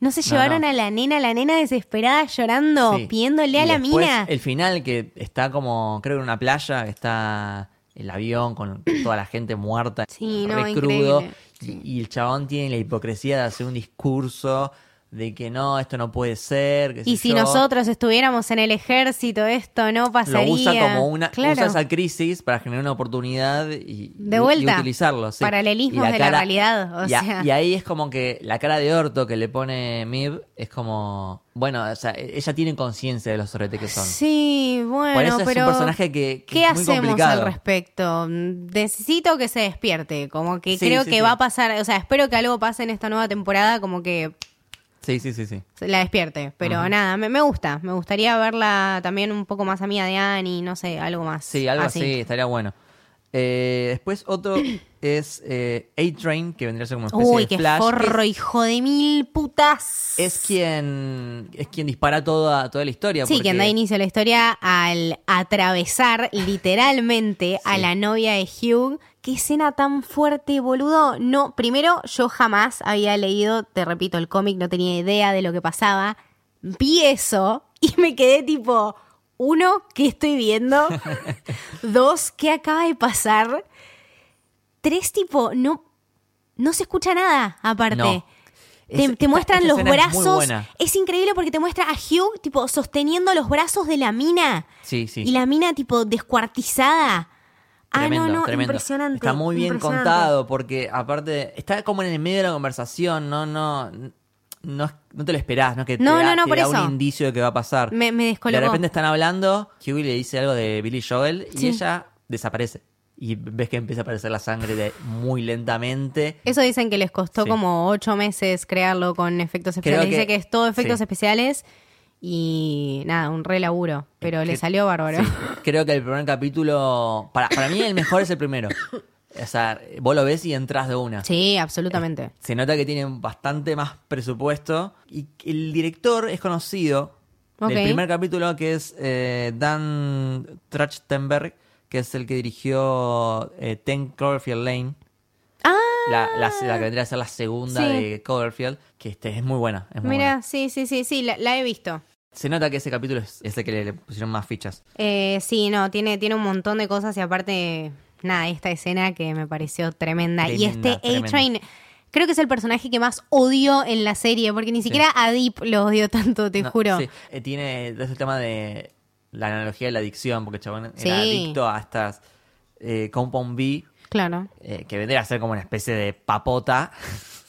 S2: No se llevaron
S1: no.
S2: a la nena, la nena desesperada llorando,
S1: Sí.
S2: pidiéndole a
S1: Y
S2: la
S1: después,
S2: mina.
S1: El final que está como, creo que en una playa, que está el avión con toda la gente muerta,
S2: Sí, no,
S1: re
S2: increíble.
S1: crudo. y- Y, el chabón tiene la hipocresía de hacer un discurso de que no, esto no puede ser. qué
S2: Y
S1: sé
S2: si
S1: yo.
S2: nosotros estuviéramos en el ejército, esto no pasaría.
S1: Lo usa como una.
S2: Claro.
S1: Usa esa crisis para generar una oportunidad y, y-
S2: De
S1: y
S2: vuelta.
S1: utilizarlo. sí.
S2: Paralelismos
S1: Y
S2: de la realidad, o
S1: y, a-
S2: sea.
S1: y ahí es como que la cara de orto que le pone Mib es como. Bueno, o sea, e-, ella tiene conciencia de los sorete que son.
S2: Sí, bueno,
S1: Por eso es
S2: pero
S1: un personaje que, que
S2: ¿Qué
S1: es muy
S2: hacemos
S1: complicado.
S2: al respecto? Necesito que se despierte, como que
S1: Sí,
S2: creo
S1: sí,
S2: que
S1: sí.
S2: va a pasar, o sea, espero que algo pase en esta nueva temporada, como que
S1: Sí, sí, sí, sí.
S2: la despierte, pero nada, me, me gusta, me gustaría verla también un poco más amiga de Annie, no sé, algo más.
S1: Sí, algo así, estaría bueno. Eh, después otro es eh, A-Train, que vendría a ser como una especie
S2: Uy,
S1: de
S2: qué
S1: Flash. que es-
S2: forro, hijo de mil putas.
S1: Es quien, es quien dispara toda, toda la historia.
S2: Sí,
S1: porque-
S2: quien da inicio a la historia al atravesar literalmente a
S1: Sí.
S2: la novia de Hugh. Qué escena tan fuerte, boludo. No, primero yo jamás había leído, te repito, el cómic, no tenía idea de lo que pasaba. Vi eso y me quedé tipo, uno, ¿qué estoy viendo? Dos, ¿qué acaba de pasar? Tres, tipo, no, no se escucha nada aparte.
S1: No.
S2: Te,
S1: Es-
S2: te
S1: esta-
S2: muestran
S1: esta
S2: los
S1: escena es muy
S2: brazos.
S1: buena.
S2: Es, increíble porque te muestra a Hugh, tipo, sosteniendo los brazos de la mina.
S1: Sí, sí.
S2: Y la mina, tipo, descuartizada.
S1: Tremendo,
S2: ah, no, no,
S1: tremendo.
S2: impresionante.
S1: Está muy bien
S2: impresionante.
S1: contado porque aparte está como en el medio de la conversación, no no no, es- no te lo esperás, no es que
S2: No,
S1: te da,
S2: no, no,
S1: te
S2: por
S1: da
S2: eso.
S1: un indicio de que va a pasar.
S2: Me- me descolocó.
S1: De repente están hablando, Huey le dice algo de Billy Joel y
S2: Sí.
S1: ella desaparece. Y ves que empieza a aparecer la sangre de- muy lentamente.
S2: Eso dicen que les costó
S1: Sí.
S2: como ocho meses crearlo con efectos especiales.
S1: que-
S2: Dice que es todo efectos
S1: sí.
S2: especiales y nada, un re laburo. Pero le
S1: Que-
S2: salió bárbaro.
S1: sí. Creo que el primer capítulo, para, para mí el mejor es el primero. O sea, vos lo ves y entras de una.
S2: Sí, absolutamente.
S1: Se nota que tienen bastante más presupuesto. Y el director es conocido
S2: Ok.
S1: del primer capítulo, que es eh, Dan Trachtenberg, que es el que dirigió eh, Ten Cloverfield Lane. La, la- la que vendría a ser la segunda
S2: Ah. Sí.
S1: de Cloverfield, que este, es muy buena. es muy
S2: Mira,
S1: buena.
S2: sí, sí, sí, sí, la- la he visto.
S1: Se nota que ese capítulo es, es el que le, le pusieron más fichas.
S2: Eh, sí, no, tiene, tiene un montón de cosas y aparte, nada, esta escena que me pareció tremenda. y
S1: Tremenda,
S2: este
S1: tremenda.
S2: A-Train, creo que es el personaje que más odio en la serie, porque ni siquiera a Deep lo odio tanto, te
S1: No,
S2: juro.
S1: sí. Eh, tiene ese tema de la analogía de la adicción, porque el chabón
S2: Sí.
S1: era adicto a estas eh, Compound B.
S2: Claro.
S1: eh, que vendría a ser como una especie de papota.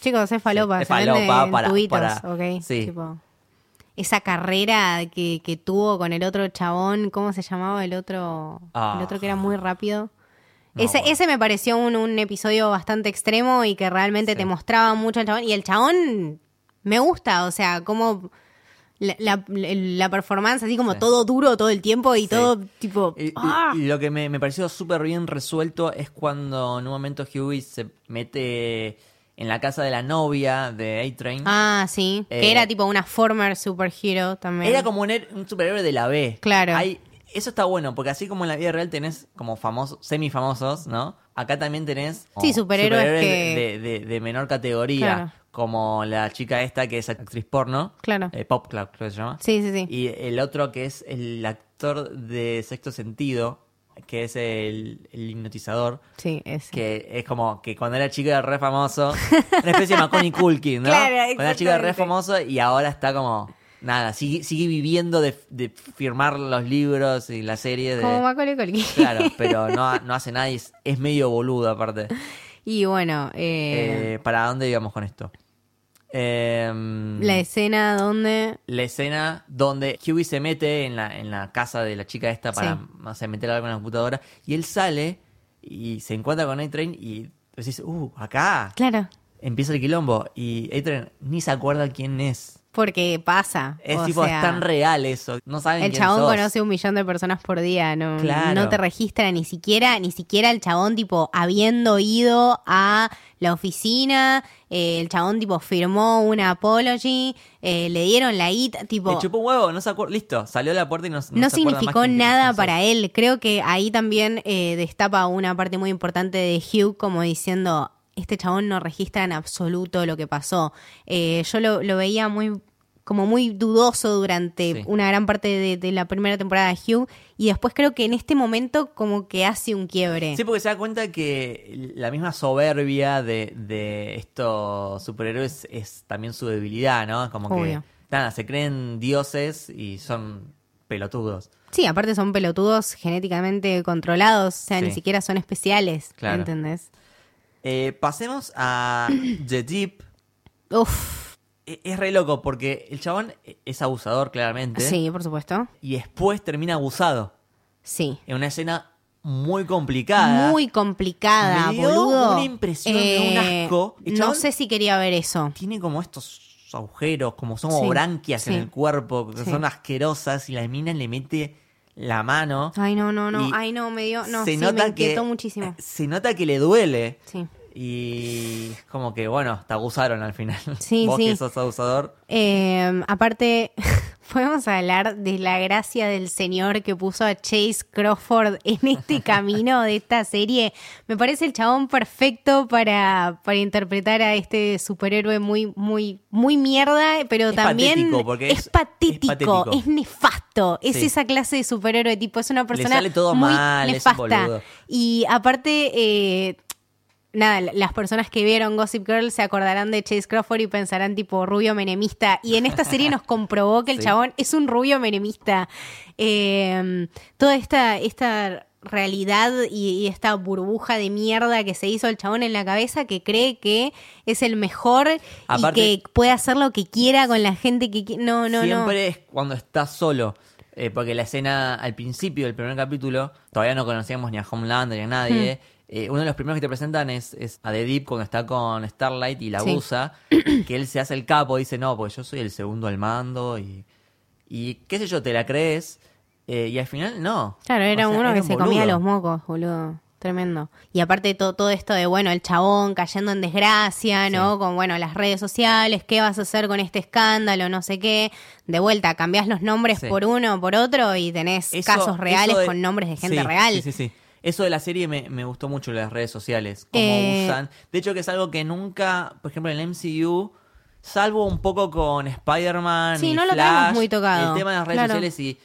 S2: Chicos, es falopa,
S1: es
S2: se vende
S1: falopa
S2: en
S1: para-
S2: tubitos,
S1: para-
S2: ok,
S1: sí.
S2: tipo. esa carrera que, que tuvo con el otro chabón, ¿cómo se llamaba el otro?
S1: Ah.
S2: El otro que era muy rápido.
S1: No,
S2: ese,
S1: bueno.
S2: ese me pareció un, un episodio bastante extremo y que realmente
S1: Sí.
S2: te mostraba mucho al chabón. Y el chabón me gusta, o sea, como la, la- la performance, así como
S1: Sí.
S2: todo duro todo el tiempo y
S1: Sí.
S2: todo tipo...
S1: Y, y-
S2: ¡ah!
S1: y lo que me, me pareció súper bien resuelto es cuando en un momento Huey se mete en la casa de la novia de A-Train.
S2: Ah, sí.
S1: Eh,
S2: que era tipo una former superhero también.
S1: Era como un, her- un superhéroe de la B.
S2: Claro.
S1: Hay- eso está bueno, porque así como en la vida real tenés como famosos, semifamosos, ¿no? Acá también tenés como
S2: Sí, superhéroes
S1: de,
S2: que-
S1: de- de menor categoría,
S2: Claro.
S1: como la chica esta que es actriz porno.
S2: Claro.
S1: Eh, Pop Club, creo que se llama.
S2: Sí, sí, sí.
S1: Y el otro que es el actor de sexto sentido, que es el, el hipnotizador.
S2: Sí, ese.
S1: Que es como que cuando era chico era re famoso. Una especie de Macaulay Culkin, ¿no?
S2: Claro,
S1: cuando era chico era re
S2: exactamente.
S1: famoso y ahora está como. Nada, sigue, sigue viviendo de, de firmar los libros y la serie de.
S2: Como Macaulay Culkin.
S1: Claro, pero no, no hace nada y es, es medio boludo aparte.
S2: Y bueno, eh,
S1: Eh, ¿Para dónde íbamos con esto? Eh,
S2: la escena donde...
S1: la escena donde Huey se mete en la, en la casa de la chica esta para
S2: Sí.
S1: o sea, meter algo en la computadora y él sale y se encuentra con A-Train y decís, uh, acá
S2: Claro.
S1: empieza el quilombo y A-Train ni se acuerda quién es.
S2: Porque pasa.
S1: Es
S2: o
S1: tipo,
S2: sea,
S1: es tan real eso, no saben
S2: El
S1: quién
S2: chabón
S1: sos.
S2: conoce un millón de personas por día, no,
S1: Claro.
S2: no te registra ni siquiera, ni siquiera el chabón tipo habiendo ido a la oficina, eh, el chabón tipo firmó una apology, eh, le dieron la IT, tipo...
S1: Le chupó un huevo, no se acuerda, listo, salió a la puerta y no, no
S2: no
S1: se acuerda más
S2: significó
S1: quién-
S2: nada
S1: quién sos.
S2: para él. Creo que ahí también eh, destapa una parte muy importante de Hugh como diciendo, este chabón no registra en absoluto lo que pasó. Eh, yo lo, lo veía muy como muy dudoso durante
S1: Sí.
S2: una gran parte de, de la primera temporada de Hugh y después creo que en este momento como que hace un quiebre.
S1: Sí, porque se da cuenta que la misma soberbia de, de estos superhéroes es también su debilidad, ¿no? Es Como
S2: Obvio.
S1: que, nada, se creen dioses y son pelotudos.
S2: Sí, aparte son pelotudos genéticamente controlados, o sea,
S1: Sí.
S2: ni siquiera son especiales,
S1: Claro.
S2: ¿entendés?
S1: Eh, pasemos a The Deep.
S2: Uf,
S1: E- Es re loco porque el chabón es abusador, claramente.
S2: sí, por supuesto.
S1: Y después termina abusado.
S2: Sí.
S1: En una escena muy complicada.
S2: Muy complicada,
S1: Me dio
S2: boludo. Eh,
S1: una impresión de un asco. El
S2: No
S1: chabón-
S2: sé si quería ver eso.
S1: tiene como estos agujeros, como son como
S2: Sí,
S1: branquias en
S2: sí.
S1: el cuerpo, que
S2: Sí.
S1: son asquerosas, y la mina le mete la mano.
S2: Ay, no, no, no.
S1: Y
S2: Ay, no, me dio. No,
S1: se
S2: sí,
S1: nota
S2: me inquietó
S1: que, eh,
S2: muchísimo.
S1: Se nota que le duele.
S2: Sí.
S1: Y es como que, bueno, te abusaron al final.
S2: Sí,
S1: Vos
S2: sí.
S1: que sos abusador.
S2: Eh, aparte, podemos hablar de la gracia del señor que puso a Chase Crawford en este camino de esta serie. Me parece el chabón perfecto para, para interpretar a este superhéroe muy, muy, muy mierda, pero
S1: Es
S2: también
S1: patético, porque es- es
S2: patético,
S1: patético.
S2: es nefasto. Es
S1: Sí.
S2: esa clase de superhéroe tipo, es una persona
S1: sale todo
S2: muy
S1: mal, es un boludo.
S2: nefasta. Y aparte, eh, nada, l- las personas que vieron Gossip Girl se acordarán de Chase Crawford y pensarán tipo rubio menemista. Y en esta serie nos comprobó que el
S1: Sí.
S2: chabón es un rubio menemista. Eh, toda esta, esta realidad y, y esta burbuja de mierda que se hizo el chabón en la cabeza que cree que es el mejor
S1: Aparte-
S2: y que puede hacer lo que quiera con la gente que quiera. No, no, no.
S1: Siempre es cuando estás solo. Eh, porque la escena al principio del primer capítulo, todavía no conocíamos ni a Homelander ni a nadie.
S2: Hmm.
S1: Eh, uno de los primeros que te presentan es, es a The Deep cuando está con Starlight y la
S2: Sí.
S1: abusa. que él se hace el capo, dice, no, porque yo soy el segundo al mando y... Y qué sé yo, te la crees. eh, y al final no.
S2: Claro, era
S1: O sea,
S2: uno que
S1: un
S2: se comía
S1: boludo.
S2: los mocos, boludo. Tremendo. Y aparte todo, todo esto de, bueno, el chabón cayendo en desgracia, ¿no? Con, bueno, las redes sociales, ¿qué vas a hacer con este escándalo? No sé qué. De vuelta, cambiás los nombres
S1: Sí.
S2: por uno, por otro y tenés
S1: Eso-
S2: casos reales
S1: eso de-
S2: con nombres de gente
S1: Sí,
S2: real.
S1: Sí, sí, sí. Eso de la serie me, me gustó mucho, las redes sociales. Cómo
S2: Eh.
S1: usan. De hecho, que es algo que nunca, por ejemplo, en el MCU, salvo un poco con Spider-Man.
S2: Sí,
S1: y
S2: no lo
S1: Flash,
S2: tenemos muy tocado,
S1: El tema de las redes
S2: claro.
S1: sociales y.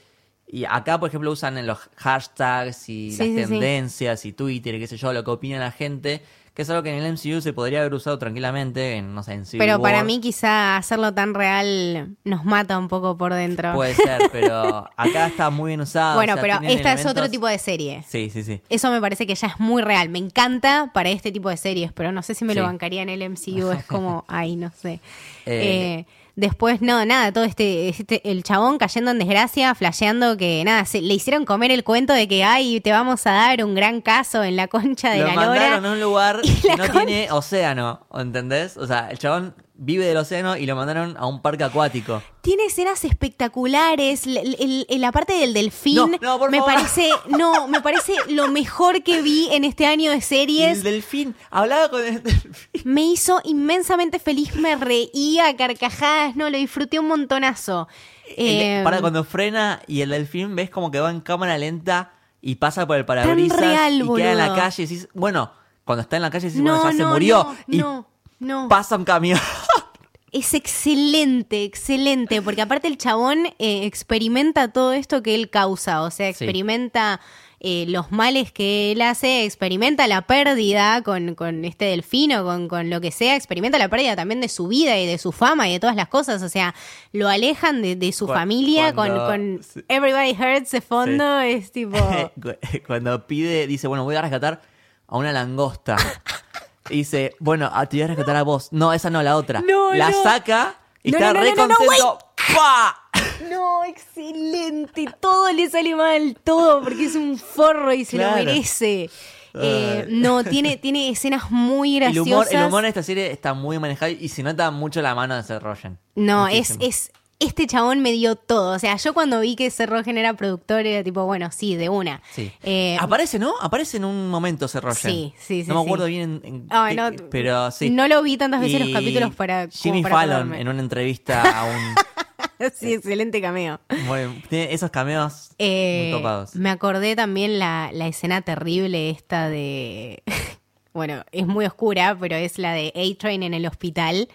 S1: Y acá, por ejemplo, usan en los hashtags y
S2: Sí,
S1: las
S2: sí, sí.
S1: tendencias y Twitter, y qué sé yo, lo que opina la gente, que es algo que en el MCU se podría haber usado tranquilamente, en, no sé, en Civil
S2: Pero para
S1: War.
S2: mí quizá hacerlo tan real nos mata un poco por dentro.
S1: Puede ser, pero acá está muy bien usado.
S2: bueno,
S1: o sea,
S2: pero
S1: tienen
S2: esta es otro
S1: elementos-
S2: tipo de serie.
S1: Sí, sí, sí.
S2: Eso me parece que ya es muy real. Me encanta para este tipo de series, pero no sé si me
S1: Sí.
S2: lo bancaría en el MCU. Es como, ay, no sé.
S1: Eh,
S2: Eh, Después, no, nada, todo este, este- el chabón cayendo en desgracia, flasheando que nada, se- le hicieron comer el cuento de que, ay, te vamos a dar un gran caso en la concha de
S1: Lo
S2: la
S1: mandaron
S2: lora.
S1: a un lugar
S2: y
S1: que
S2: la
S1: no
S2: concha-
S1: tiene océano, ¿entendés? O sea, el chabón vive del océano y lo mandaron a un parque acuático.
S2: Tiene escenas espectaculares, l- l- el- el- la parte del delfín
S1: No, no, por
S2: me
S1: favor.
S2: parece, no, me parece lo mejor que vi en este año de series.
S1: El delfín, hablaba con el delfín.
S2: Me hizo inmensamente feliz, me reía a carcajadas, no, lo disfruté un montonazo.
S1: El de-
S2: Em,
S1: para cuando frena y el delfín ves como que va en cámara lenta y pasa por el parabrisas
S2: real,
S1: y queda en la
S2: boludo.
S1: calle y decís, bueno, cuando está en la calle decís,
S2: no,
S1: bueno, ya
S2: no,
S1: se murió
S2: no,
S1: y
S2: no, no.
S1: pasa un camión.
S2: Es excelente, excelente, porque aparte el chabón eh, experimenta todo esto que él causa, o sea,
S1: Sí.
S2: experimenta eh, los males que él hace, experimenta la pérdida con, con este delfino, con, con lo que sea, experimenta la pérdida también de su vida y de su fama y de todas las cosas, o sea, lo alejan de, de su
S1: Cu-
S2: familia
S1: cuando-
S2: con, con
S1: sí.
S2: Everybody Hurts de fondo, es tipo...
S1: Cu- cuando pide, dice, bueno, voy a rescatar a una langosta. Y dice, bueno, ah, te voy a rescatar a vos. No, esa no, la otra.
S2: No,
S1: la
S2: no.
S1: saca y
S2: No,
S1: está
S2: no, no,
S1: re
S2: no, no,
S1: contento. ¡Pa!
S2: No, excelente. Todo le sale mal, todo, porque es un forro y se
S1: Claro.
S2: lo merece. Eh,
S1: Ay.
S2: no, tiene, tiene escenas muy
S1: El humor,
S2: graciosas.
S1: el humor de esta serie está muy manejado y se nota mucho la mano de Seth Rogen.
S2: no, es,
S1: Muchísimo.
S2: es. Este chabón me dio todo. O sea, yo cuando vi que Cerrogen era productor, era tipo, bueno, sí, de una.
S1: Sí.
S2: Eh,
S1: Aparece, ¿no? Aparece en un momento ese Roger.
S2: Sí, sí, sí,
S1: No me
S2: sí.
S1: acuerdo bien, en- en
S2: Ay,
S1: qué-
S2: no,
S1: pero sí.
S2: no lo vi tantas veces
S1: Y
S2: los capítulos para- como
S1: Jimmy
S2: para
S1: Fallon
S2: acordarme.
S1: en una entrevista a un.
S2: sí, excelente cameo.
S1: bueno, tiene esos cameos
S2: Eh,
S1: muy copados.
S2: Me acordé también la, la escena terrible esta de... bueno, es muy oscura, pero es la de A-Train en el hospital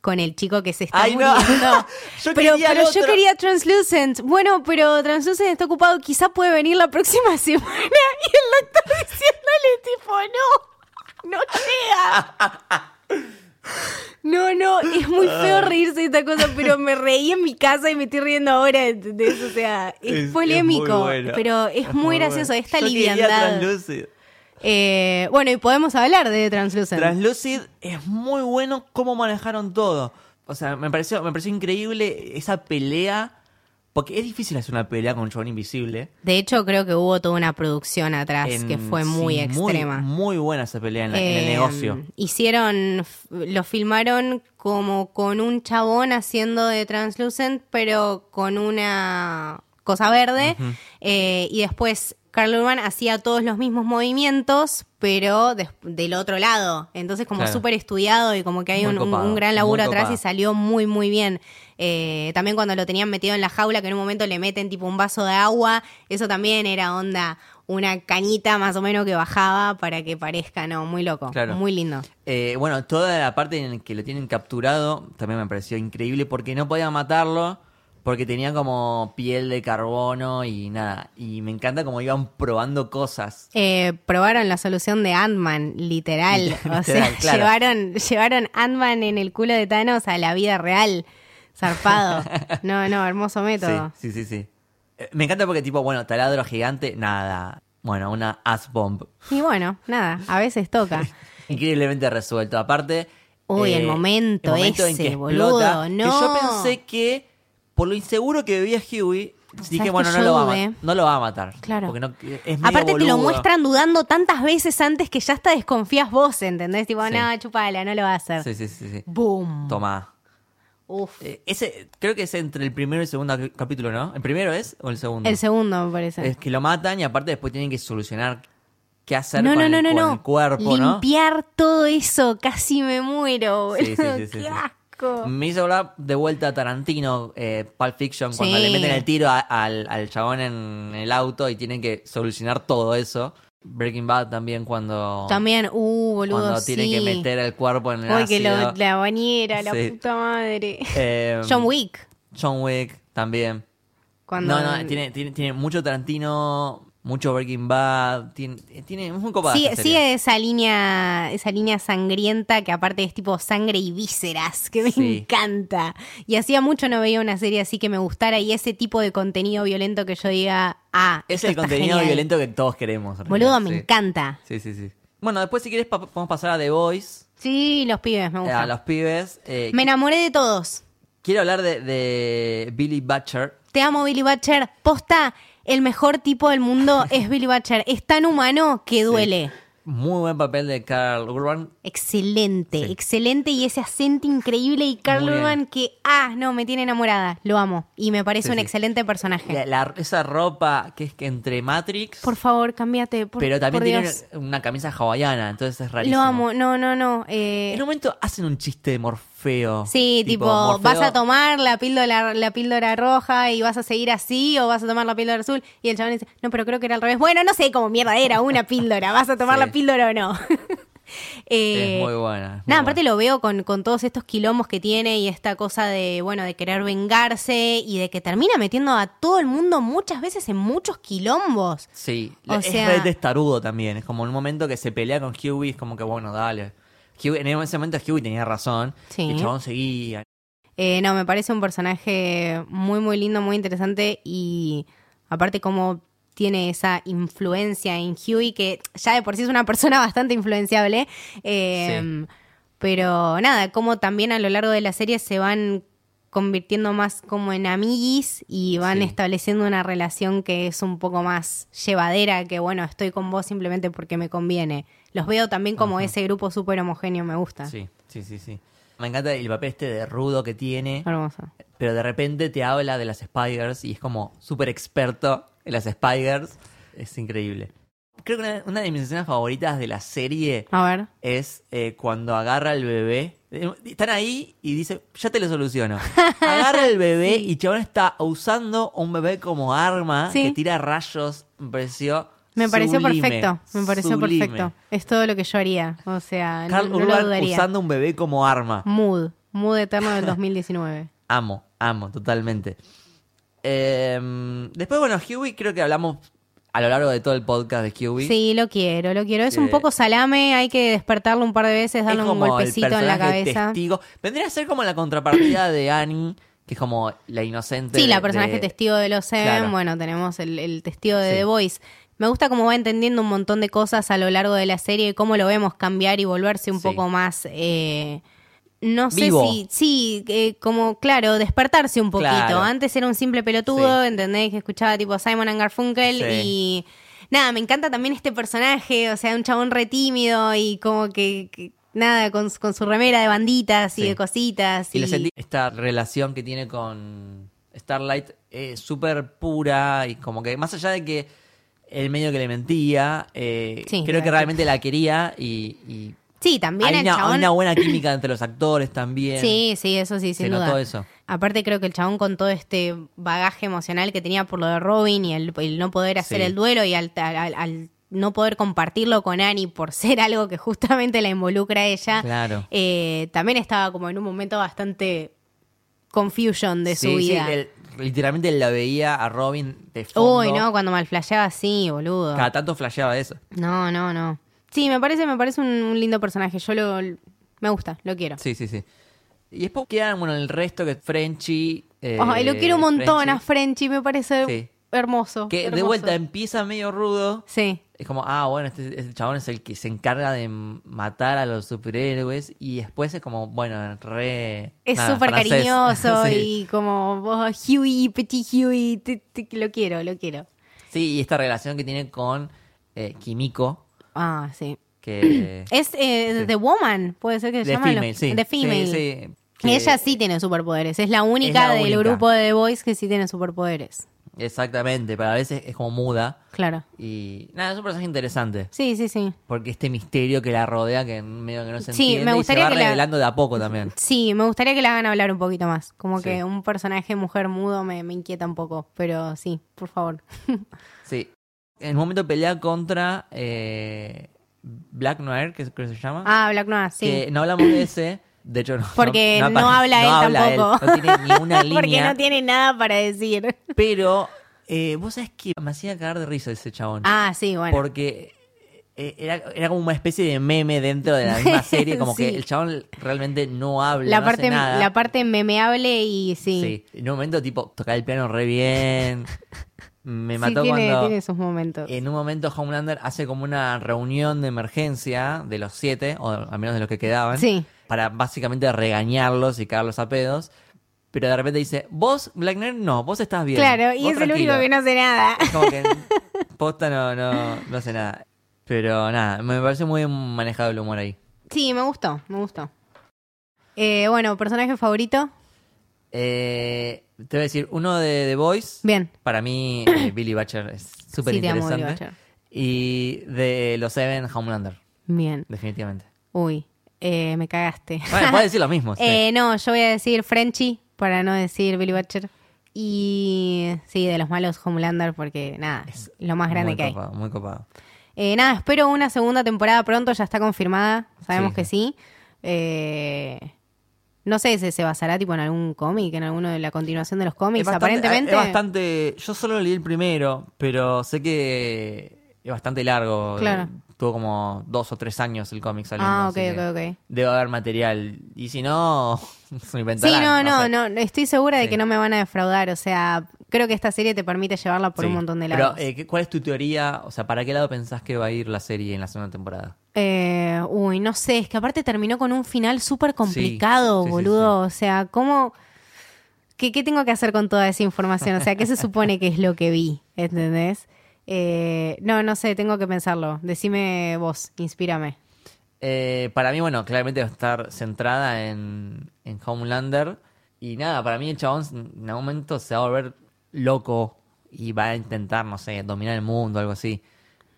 S2: con el chico que se está
S1: Ay, no.
S2: muriendo.
S1: Yo
S2: pero
S1: quería el
S2: pero yo
S1: otro.
S2: quería Translucent. Bueno, pero Translucent está ocupado. Quizá puede venir la próxima semana. Y el doctor diciéndole tipo, no, no llega. No, no, es muy
S1: Ah.
S2: feo reírse de esta cosa, pero me reí en mi casa y me estoy riendo ahora, ¿entendés? O sea,
S1: Es-
S2: es,
S1: es
S2: polémico,
S1: muy bueno.
S2: pero es muy,
S1: bueno.
S2: gracioso, esta
S1: Yo quería
S2: liviandad.
S1: Translucid.
S2: Eh, bueno, y podemos hablar de Translucent.
S1: Translucid es muy bueno cómo manejaron todo. O sea, me pareció, me pareció increíble esa pelea. Porque es difícil hacer una pelea con un chabón invisible.
S2: de hecho, creo que hubo toda una producción atrás
S1: En-
S2: que fue muy
S1: sí,
S2: extrema.
S1: Muy, buena esa pelea en, la- en el
S2: Eh,
S1: negocio.
S2: Hicieron, f- lo filmaron como con un chabón haciendo de translucent, pero con una cosa verde. Eh, y después Carl Urban hacía todos los mismos movimientos, pero des- del otro lado. Entonces como
S1: Claro.
S2: súper estudiado y como que hay
S1: Muy
S2: un, un-
S1: copado,
S2: un gran
S1: muy
S2: laburo atrás
S1: copado.
S2: y salió muy, muy bien. Eh, también cuando lo tenían metido en la jaula, que en un momento le meten tipo un vaso de agua, eso también era onda, una cañita más o menos que bajaba para que parezca, no, muy loco,
S1: Claro.
S2: muy lindo.
S1: Eh, bueno, toda la parte en la que lo tienen capturado también me pareció increíble porque no podían matarlo porque tenía como piel de carbono y nada. Y me encanta como iban probando cosas.
S2: Eh, probaron la solución de Ant-Man, literal. o
S1: Literal,
S2: sea,
S1: claro.
S2: llevaron, llevaron Ant-Man en el culo de Thanos a la vida real. Zarpado. No, no, hermoso método.
S1: Sí, sí, sí, sí. Eh, me encanta porque tipo, bueno, taladro gigante, nada. Bueno, una ass bomb.
S2: Y bueno, nada, a veces toca.
S1: Increíblemente resuelto. Aparte. eh,
S2: Uy, el momento ese, boludo,
S1: que
S2: no.
S1: yo pensé que, por lo inseguro que vivía Huey,
S2: que
S1: dije, bueno, no
S2: yo
S1: lo, va a,
S2: dudé?
S1: ma- no lo va a matar.
S2: Claro.
S1: Porque no, eh, es medio
S2: Aparte te lo
S1: boludo.
S2: muestran dudando tantas veces antes que ya hasta desconfías vos, ¿entendés? Tipo,
S1: Sí.
S2: no, chupala, no lo va a hacer.
S1: Sí, sí, sí. sí.
S2: Boom.
S1: Tomá.
S2: Uf.
S1: Eh, ese, creo que es entre el primero y el segundo cap- capítulo, ¿no? ¿El primero es o el segundo?
S2: El segundo, me parece.
S1: Mm. Es que lo matan y aparte después tienen que solucionar qué hacer
S2: no,
S1: con,
S2: no, no,
S1: el,
S2: no,
S1: con
S2: no.
S1: el cuerpo, ¿no?
S2: Limpiar todo eso, casi me muero, boludo.
S1: Sí, sí, sí, sí,
S2: Qué
S1: sí.
S2: asco.
S1: Me hizo hablar de vuelta a Tarantino, eh, Pulp Fiction, cuando
S2: Sí.
S1: le meten el tiro a- al, al chabón en el auto y tienen que solucionar todo eso. Breaking Bad también cuando,
S2: También, uh, boludo,
S1: cuando
S2: sí.
S1: tienen que meter el cuerpo en el
S2: Uy, que lo-
S1: ácido.
S2: la bañera, la
S1: Sí.
S2: puta madre.
S1: Eh,
S2: John Wick.
S1: John Wick también.
S2: Cuando...
S1: No, no, tiene, tiene, tiene mucho Tarantino, mucho Breaking Bad, tiene, tiene es muy copada
S2: Sí,
S1: esta serie.
S2: sigue esa línea, esa línea sangrienta que aparte es tipo sangre y vísceras, que me
S1: Sí.
S2: encanta. Y hacía mucho no veía una serie así que me gustara y ese tipo de contenido violento que yo diga, ah,
S1: Es
S2: esto
S1: el
S2: está
S1: contenido
S2: genial.
S1: violento que todos queremos. en
S2: Boludo,
S1: realidad,
S2: me
S1: sí.
S2: encanta.
S1: Sí, sí, sí. Bueno, después si quieres pa- podemos pasar a The Voice,
S2: Sí, los pibes me
S1: eh, a
S2: gustan.
S1: los pibes. eh,
S2: Me enamoré de todos.
S1: Quiero hablar de, de Billy Butcher.
S2: Te amo, Billy Butcher. Posta, el mejor tipo del mundo es Billy Butcher. Es tan humano que duele.
S1: Muy buen papel de Carl Urban.
S2: Excelente,
S1: Sí.
S2: excelente. Y ese acento increíble. Y Carl
S1: Muy bien.
S2: Urban, que, ah, no, me tiene enamorada. Lo amo. Y me parece
S1: Sí,
S2: un
S1: sí.
S2: excelente personaje.
S1: La- la- esa ropa que es que entre Matrix,
S2: Por favor, cámbiate. Por,
S1: pero también
S2: por
S1: tiene
S2: Dios.
S1: una, una camisa hawaiana, entonces es rarísimo.
S2: Lo amo. No, no, no. eh,
S1: En un momento hacen un chiste de Morfeo.
S2: Sí, tipo, vas
S1: Morfeo-
S2: a tomar la píldora, la píldora roja y vas a seguir así o vas a tomar la píldora azul. Y el chabón dice, no, pero creo que era al revés. Bueno, no sé cómo mierda era una píldora. ¿Vas a tomar
S1: Sí.
S2: la píldora o no? Eh,
S1: Es muy buena. es muy
S2: Nada, aparte
S1: buena.
S2: lo veo con, con todos estos quilombos que tiene y esta cosa de, bueno, de querer vengarse y de que termina metiendo a todo el mundo muchas veces en muchos quilombos.
S1: Sí,
S2: o
S1: es
S2: sea-
S1: re testarudo también. Es como en un momento que se pelea con Huey, es como que bueno, dale. Huey- en ese momento Huey tenía razón.
S2: Sí.
S1: Y el chabón seguía.
S2: Eh, no, me parece un personaje muy, muy lindo, muy interesante y aparte como tiene esa influencia en Huey, que ya de por sí es una persona bastante influenciable. Eh, Pero nada, como también a lo largo de la serie se van convirtiendo más como en amiguis y van
S1: Sí.
S2: estableciendo una relación que es un poco más llevadera, que bueno, estoy con vos simplemente porque me conviene. Los veo también como ese grupo súper homogéneo, me gusta.
S1: Sí, sí, sí, sí. Me encanta el papel este de rudo que tiene.
S2: Hermoso.
S1: pero de repente te habla de las Spiders y es como súper experto en las Spiders. Es increíble. Creo que una, una de mis escenas favoritas de la serie
S2: A ver.
S1: es eh, cuando agarra al bebé. Eh, Están ahí y dice, ya te lo soluciono. Agarra el bebé y Chabón está usando un bebé como arma
S2: Sí.
S1: que tira rayos. Me pareció
S2: Me pareció
S1: sublime,
S2: perfecto, me pareció
S1: sublime.
S2: perfecto. Es todo lo que yo haría, o sea, no,
S1: Carl
S2: no lo
S1: Urban
S2: dudaría.
S1: usando un bebé como arma.
S2: Mood, Mood Eterno del 2019.
S1: Amo, amo, totalmente. Em, después, bueno, Huey, creo que hablamos a lo largo de todo el podcast de Huey.
S2: Sí, lo quiero, lo quiero. Es un
S1: Eh,
S2: poco salame, hay que despertarlo un par de veces,
S1: es
S2: darle un
S1: como
S2: golpecito
S1: el
S2: en la
S1: personaje
S2: cabeza.
S1: Testigo. Vendría a ser como la contrapartida de Annie, que es como la inocente.
S2: Sí, la
S1: de-
S2: personaje
S1: de-
S2: testigo de los Seven,
S1: Claro.
S2: bueno, tenemos el, el testigo de
S1: Sí.
S2: The Voice. Me gusta cómo va entendiendo un montón de cosas a lo largo de la serie y cómo lo vemos cambiar y volverse un
S1: Sí.
S2: poco más... eh, no sé
S1: Vivo.
S2: si, sí, eh, como, claro, despertarse un poquito.
S1: Claro.
S2: Antes era un simple pelotudo,
S1: Sí.
S2: ¿entendés? Que escuchaba tipo Simon and Garfunkel
S1: Sí.
S2: y... Nada, me encanta también este personaje, o sea, un chabón re tímido y como que... que- nada, con, su- con su remera de banditas y
S1: Sí.
S2: de cositas.
S1: Y le sentí esta relación que tiene con Starlight eh, súper pura y como que más allá de que el medio que le mentía, eh,
S2: Sí,
S1: creo
S2: claro.
S1: que realmente la quería y, y
S2: Sí, también
S1: hay
S2: el
S1: una,
S2: chabón...
S1: hay una buena química entre los actores también.
S2: Sí, sí, eso sí,
S1: Se
S2: sin
S1: notó
S2: duda.
S1: eso.
S2: Aparte creo que el chabón con todo este bagaje emocional que tenía por lo de Robin y el, el no poder hacer
S1: Sí.
S2: el duelo y al, al- al no poder compartirlo con Annie por ser algo que justamente la involucra a ella,
S1: Claro.
S2: eh, también estaba como en un momento bastante confusion de su
S1: Sí, sí,
S2: vida.
S1: él- literalmente la veía a Robin de fondo.
S2: Uy, no, cuando malflasheaba así, boludo.
S1: Cada tanto flasheaba eso.
S2: No, no, no. Sí, me parece, me parece un, un lindo personaje. Yo lo, me gusta, lo quiero.
S1: Sí, sí, sí. Y después quedan, bueno, el resto que es Frenchy. eh,
S2: Ay, lo quiero un montón a
S1: Frenchy,
S2: Frenchy, me parece
S1: Sí.
S2: hermoso.
S1: que de
S2: hermoso.
S1: vuelta empieza medio rudo.
S2: Sí.
S1: Es como, ah, bueno, este, este chabón es el que se encarga de matar a los superhéroes. Y después es como, bueno, re.
S2: Es
S1: nada,
S2: súper
S1: francés.
S2: cariñoso
S1: Sí.
S2: y como vos, Huey, Petit Huey, te- te- lo quiero, lo quiero.
S1: Sí, y esta relación que tiene con eh, Kimiko.
S2: Ah, sí.
S1: Que.
S2: Es eh,
S1: Sí.
S2: The Woman, puede ser que
S1: de
S2: se llama.
S1: female, sí.
S2: The
S1: Sí,
S2: Female.
S1: sí, que-
S2: Ella sí tiene superpoderes. Es la única
S1: Es la
S2: del
S1: única.
S2: grupo de The Boys que sí tiene superpoderes.
S1: Exactamente, pero a veces es como muda.
S2: Claro.
S1: Y nada, es un personaje interesante.
S2: Sí, sí, sí.
S1: Porque este misterio que la rodea, que medio que no se
S2: Sí,
S1: entiende,
S2: me gustaría
S1: y se
S2: que
S1: va
S2: la-
S1: revelando de a poco también.
S2: Sí, me gustaría que la hagan hablar un poquito más. Como
S1: Sí.
S2: que un personaje mujer mudo me, me inquieta un poco. Pero sí, por favor.
S1: Sí. En un momento pelea contra eh, Black Noir, que creo que se llama.
S2: Ah, Black Noir, sí.
S1: Que no hablamos de ese. De hecho, no.
S2: Porque no,
S1: apare-
S2: habla
S1: no
S2: él tampoco.
S1: No tiene ni una
S2: Porque
S1: línea.
S2: no tiene nada para decir.
S1: Pero eh, vos sabés que me hacía cagar de risa ese chabón.
S2: Ah, sí, bueno.
S1: Porque eh, era, era como una especie de meme dentro de la misma serie, como
S2: Sí.
S1: que el chabón realmente no habla,
S2: la
S1: no hace
S2: parte
S1: nada.
S2: la parte memeable y sí.
S1: Sí. En un momento, tipo, tocaba el piano re bien. Me
S2: Sí,
S1: mató
S2: tiene,
S1: cuando. Eh,
S2: tiene sus momentos.
S1: En un momento, Homelander hace como una reunión de emergencia de los siete, o al menos de los que quedaban,
S2: Sí.
S1: para básicamente regañarlos y cagarlos a pedos. pero de repente dice, vos, Black Knight, no, vos estás bien.
S2: Claro, y
S1: vos
S2: es el único
S1: tranquilo".
S2: que no hace nada.
S1: Es como que posta no, no, no hace nada. Pero nada, me parece muy bien manejado el humor ahí.
S2: Sí, me gustó, me gustó. Eh, bueno, personaje favorito.
S1: Eh, te voy a decir, uno de The Voice.
S2: Bien.
S1: Para mí, eh, Billy Butcher es súper
S2: Sí, te amo, Billy
S1: interesante.
S2: Butcher.
S1: y de los Seven, Homelander,
S2: Bien.
S1: definitivamente.
S2: Uy, eh, me cagaste.
S1: Bueno, puedes decir lo mismo. sí.
S2: Eh, no, yo voy a decir Frenchy para no decir Billy Butcher. Y sí, de los malos Homelander porque nada, es lo más grande
S1: muy
S2: que hay.
S1: copado, Muy copado.
S2: Eh, nada, espero una segunda temporada pronto, ya está confirmada, sabemos
S1: Sí.
S2: que sí. Eh, no sé si se basará tipo en algún cómic, en alguno de la continuación de los cómics,
S1: Es bastante-
S2: aparentemente.
S1: Es bastante. Yo solo leí el primero, pero sé que es bastante largo.
S2: Claro.
S1: Tuvo como dos o tres años el cómic saliendo.
S2: Ah,
S1: así
S2: ok,
S1: que
S2: ok, ok.
S1: Debe haber material. Y si no, se lo
S2: Sí,
S1: inventarán.
S2: no, no,
S1: sé.
S2: no, estoy segura de
S1: Sí.
S2: que no me van a defraudar, o sea, creo que esta serie te permite llevarla por un
S1: Sí.
S2: montón de
S1: Pero,
S2: lados.
S1: eh, ¿qué- ¿cuál es tu teoría? O sea, ¿para qué lado pensás que va a ir la serie en la segunda temporada?
S2: Eh, uy, no sé, es que aparte terminó con un final súper complicado,
S1: Sí, sí, sí,
S2: boludo. O sea, ¿cómo... ¿Qué, qué tengo que hacer con toda esa información? O sea, ¿qué se supone que es lo que vi? ¿Entendés? Eh, no, no sé, tengo que pensarlo. Decime vos, inspírame.
S1: Eh, para mí, bueno, claramente va a estar centrada en, en Homelander. Y nada, para mí el chabón en algún momento se va a volver loco y va a intentar, no sé, dominar el mundo, algo así.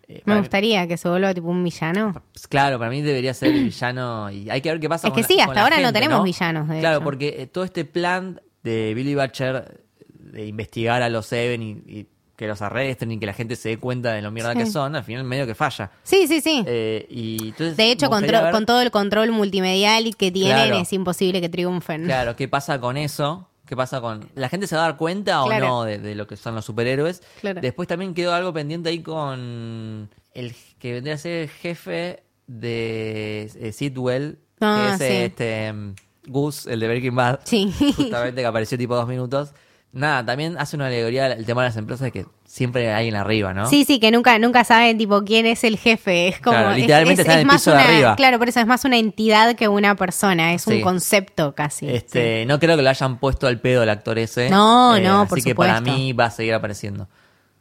S1: Eh, para
S2: Me
S1: mí-
S2: gustaría que se vuelva tipo un villano.
S1: pues, claro, para mí debería ser el villano y hay que ver qué pasa
S2: Es
S1: con
S2: que sí,
S1: la-
S2: hasta
S1: con la
S2: ahora no
S1: gente,
S2: tenemos villanos, de
S1: Claro,
S2: hecho.
S1: porque eh, todo este plan de Billy Butcher de investigar a los Seven y, y que los arresten y que la gente se dé cuenta de lo mierda
S2: Sí.
S1: que son, al final medio que falla.
S2: Sí, sí, sí.
S1: Eh, y entonces
S2: de hecho,
S1: me
S2: con,
S1: gustaría
S2: tro-
S1: ver-
S2: con todo el control multimedial que tienen,
S1: Claro.
S2: es imposible que triunfen.
S1: Claro, ¿qué pasa con eso? ¿Qué pasa con... ¿La gente se va a dar cuenta o
S2: Claro.
S1: no de, de lo que son los superhéroes?
S2: Claro.
S1: Después también quedó algo pendiente ahí con el que vendría a ser el jefe de eh, Sidwell,
S2: Ah,
S1: que es
S2: sí.
S1: este mm, Gus, el de Breaking Bad,
S2: Sí.
S1: justamente que apareció tipo dos minutos. Nada, también hace una alegoría al tema de las empresas que siempre hay en arriba, ¿no?
S2: Sí, sí, que nunca, nunca saben tipo quién es el jefe. Es como
S1: Claro,
S2: es-
S1: literalmente
S2: es,
S1: está en
S2: es
S1: el
S2: más
S1: piso de
S2: una-
S1: arriba.
S2: Claro, por eso es más una entidad que una persona, es un
S1: Sí.
S2: concepto casi.
S1: Este, no creo que lo hayan puesto al pedo al actor ese. Eh,
S2: No, no,
S1: así
S2: por
S1: que para
S2: supuesto.
S1: mí va a seguir apareciendo.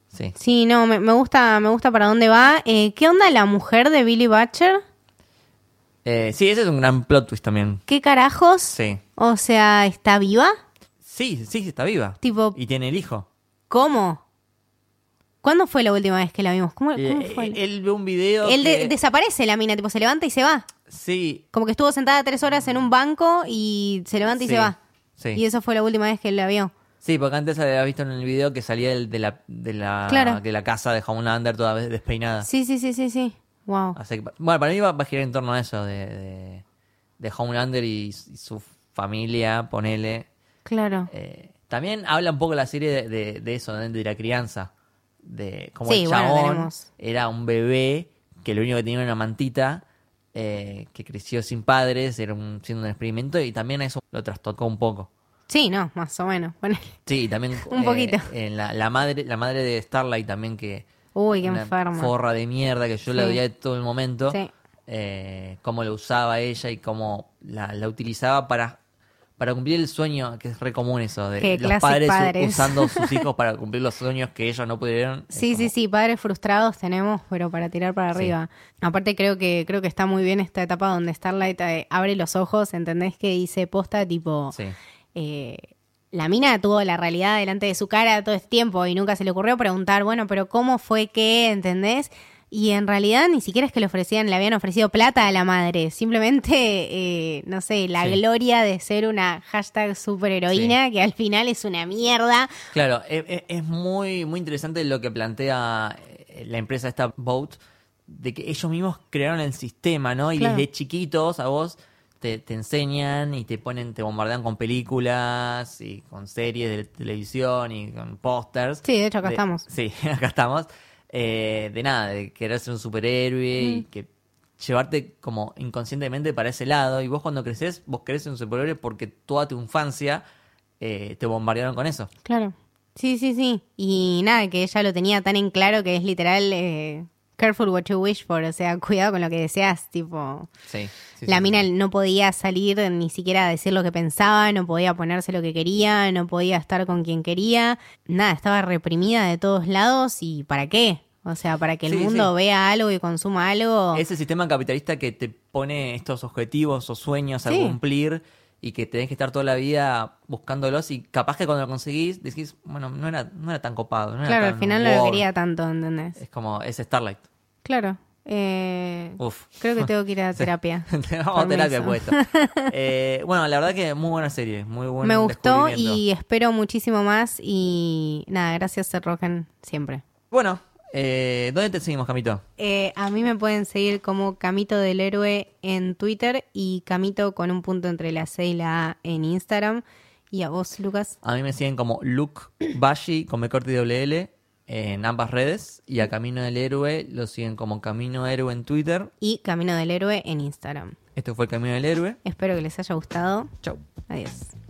S1: Sí.
S2: sí. Sí, no, me, me gusta, me gusta para dónde va. Eh, ¿Qué onda la mujer de Billy Butcher?
S1: Eh, sí, ese es un gran plot twist también.
S2: ¿Qué carajos?
S1: Sí.
S2: O sea, ¿está viva?
S1: Sí, sí, está viva.
S2: Tipo-
S1: Y tiene el hijo.
S2: ¿Cómo? ¿Cuándo fue la última vez que la vimos? ¿Cómo, Ah, cómo
S1: Eh,
S2: fue?
S1: él, ve un video.
S2: Él de-
S1: que-
S2: desaparece la mina, tipo se levanta y se va.
S1: Sí.
S2: Como que estuvo sentada tres horas en un banco y se levanta y
S1: sí,
S2: se va.
S1: Sí.
S2: Y eso fue la última vez que la vio.
S1: Sí, porque antes había visto en el video que salía el de la, de la,
S2: Claro.
S1: de la casa de Homelander toda vez despeinada.
S2: Sí, sí, sí, sí, sí. Wow.
S1: Así que, bueno, para mí va, va a girar en torno a eso de, de, de Homelander y, s- y su familia, ponele.
S2: Claro.
S1: Eh, también habla un poco la serie de, de- de eso, de, de la crianza. De cómo
S2: Sí,
S1: el
S2: bueno,
S1: chabón
S2: tenemos.
S1: era un bebé que lo único que tenía era una mantita, eh, que creció sin padres, era un, siendo un experimento, y también eso lo trastocó un poco.
S2: Sí, no, más o menos. Bueno,
S1: Sí, y también eh,
S2: Un poquito.
S1: en la, la madre, la madre de Starlight también que
S2: Uy, qué
S1: una
S2: enferma.
S1: forra de mierda que yo la
S2: Sí.
S1: odié todo el momento.
S2: Sí.
S1: eh, cómo lo usaba ella y cómo la, la utilizaba para, para cumplir el sueño, que es re común eso, de
S2: Qué
S1: los
S2: clase
S1: padres, u-
S2: padres.
S1: usando sus hijos para cumplir los sueños que ellos no pudieron. Es
S2: sí, sí,
S1: como-
S2: sí, padres frustrados tenemos, pero para tirar para
S1: Sí.
S2: arriba. Aparte creo que creo que está muy bien esta etapa donde Starlight eh, abre los ojos, ¿entendés? Que dice posta tipo
S1: Sí.
S2: eh, la mina tuvo la realidad delante de su cara todo este tiempo y nunca se le ocurrió preguntar, bueno, pero ¿cómo fue que? ¿Entendés? Y en realidad ni siquiera es que le ofrecían, le habían ofrecido plata a la madre, simplemente, eh, no sé, la
S1: Sí.
S2: gloria de ser una hashtag superheroína que al final es una mierda.
S1: Claro, e- e- es, muy, muy interesante lo que plantea eh, la empresa esta Boat, de que ellos mismos crearon el sistema, ¿no? Y
S2: Claro.
S1: desde chiquitos a vos te, te enseñan y te ponen, te bombardean con películas y con series de televisión y con pósters.
S2: Sí, de hecho, acá estamos.
S1: Sí, acá estamos. Eh, de nada, de querer ser un superhéroe y
S2: Mm.
S1: que llevarte como inconscientemente para ese lado. Y vos cuando creces, vos querés ser un superhéroe porque toda tu infancia eh, te bombardearon con eso.
S2: Claro. Sí, sí, sí. Y nada, que ella lo tenía tan en claro que es literal, eh, Careful what you wish for, o sea, cuidado con lo que deseas, tipo...
S1: Sí. sí,
S2: la
S1: sí,
S2: mina
S1: sí.
S2: no podía salir ni siquiera a decir lo que pensaba, no podía ponerse lo que quería, no podía estar con quien quería, nada, estaba reprimida de todos lados y ¿para qué? O sea, para que el
S1: Sí,
S2: mundo
S1: sí.
S2: vea algo y consuma algo.
S1: Ese sistema capitalista que te pone estos objetivos o sueños a
S2: Sí.
S1: cumplir y que tenés que estar toda la vida buscándolos y capaz que cuando lo conseguís decís, bueno, no era, no era tan copado. no era
S2: claro, al
S1: tan
S2: final no lo
S1: wow.
S2: quería tanto, ¿entendés?
S1: Es como, es Starlight.
S2: Claro. eh,
S1: Uf.
S2: creo que tengo que ir a
S1: Oh. Sí.
S2: terapia.
S1: Vamos a terapia
S2: Permiso.
S1: puesto. Eh, bueno, la verdad que muy buena serie, muy buena.
S2: Me gustó y espero muchísimo más y nada, gracias Seth Rogen siempre.
S1: Bueno, eh, ¿dónde te seguimos, Camito?
S2: Eh, a mí me pueden seguir como Camito del Héroe en Twitter y Camito con un punto entre la C y la A en Instagram. Y a vos, Lucas.
S1: A mí me siguen como Luke Bashi con B corta y doble L en ambas redes y a Camino del Héroe lo siguen como Camino Héroe en Twitter.
S2: Y Camino del Héroe en Instagram.
S1: Esto fue el Camino del Héroe.
S2: Espero que les haya gustado.
S1: Chau.
S2: Adiós.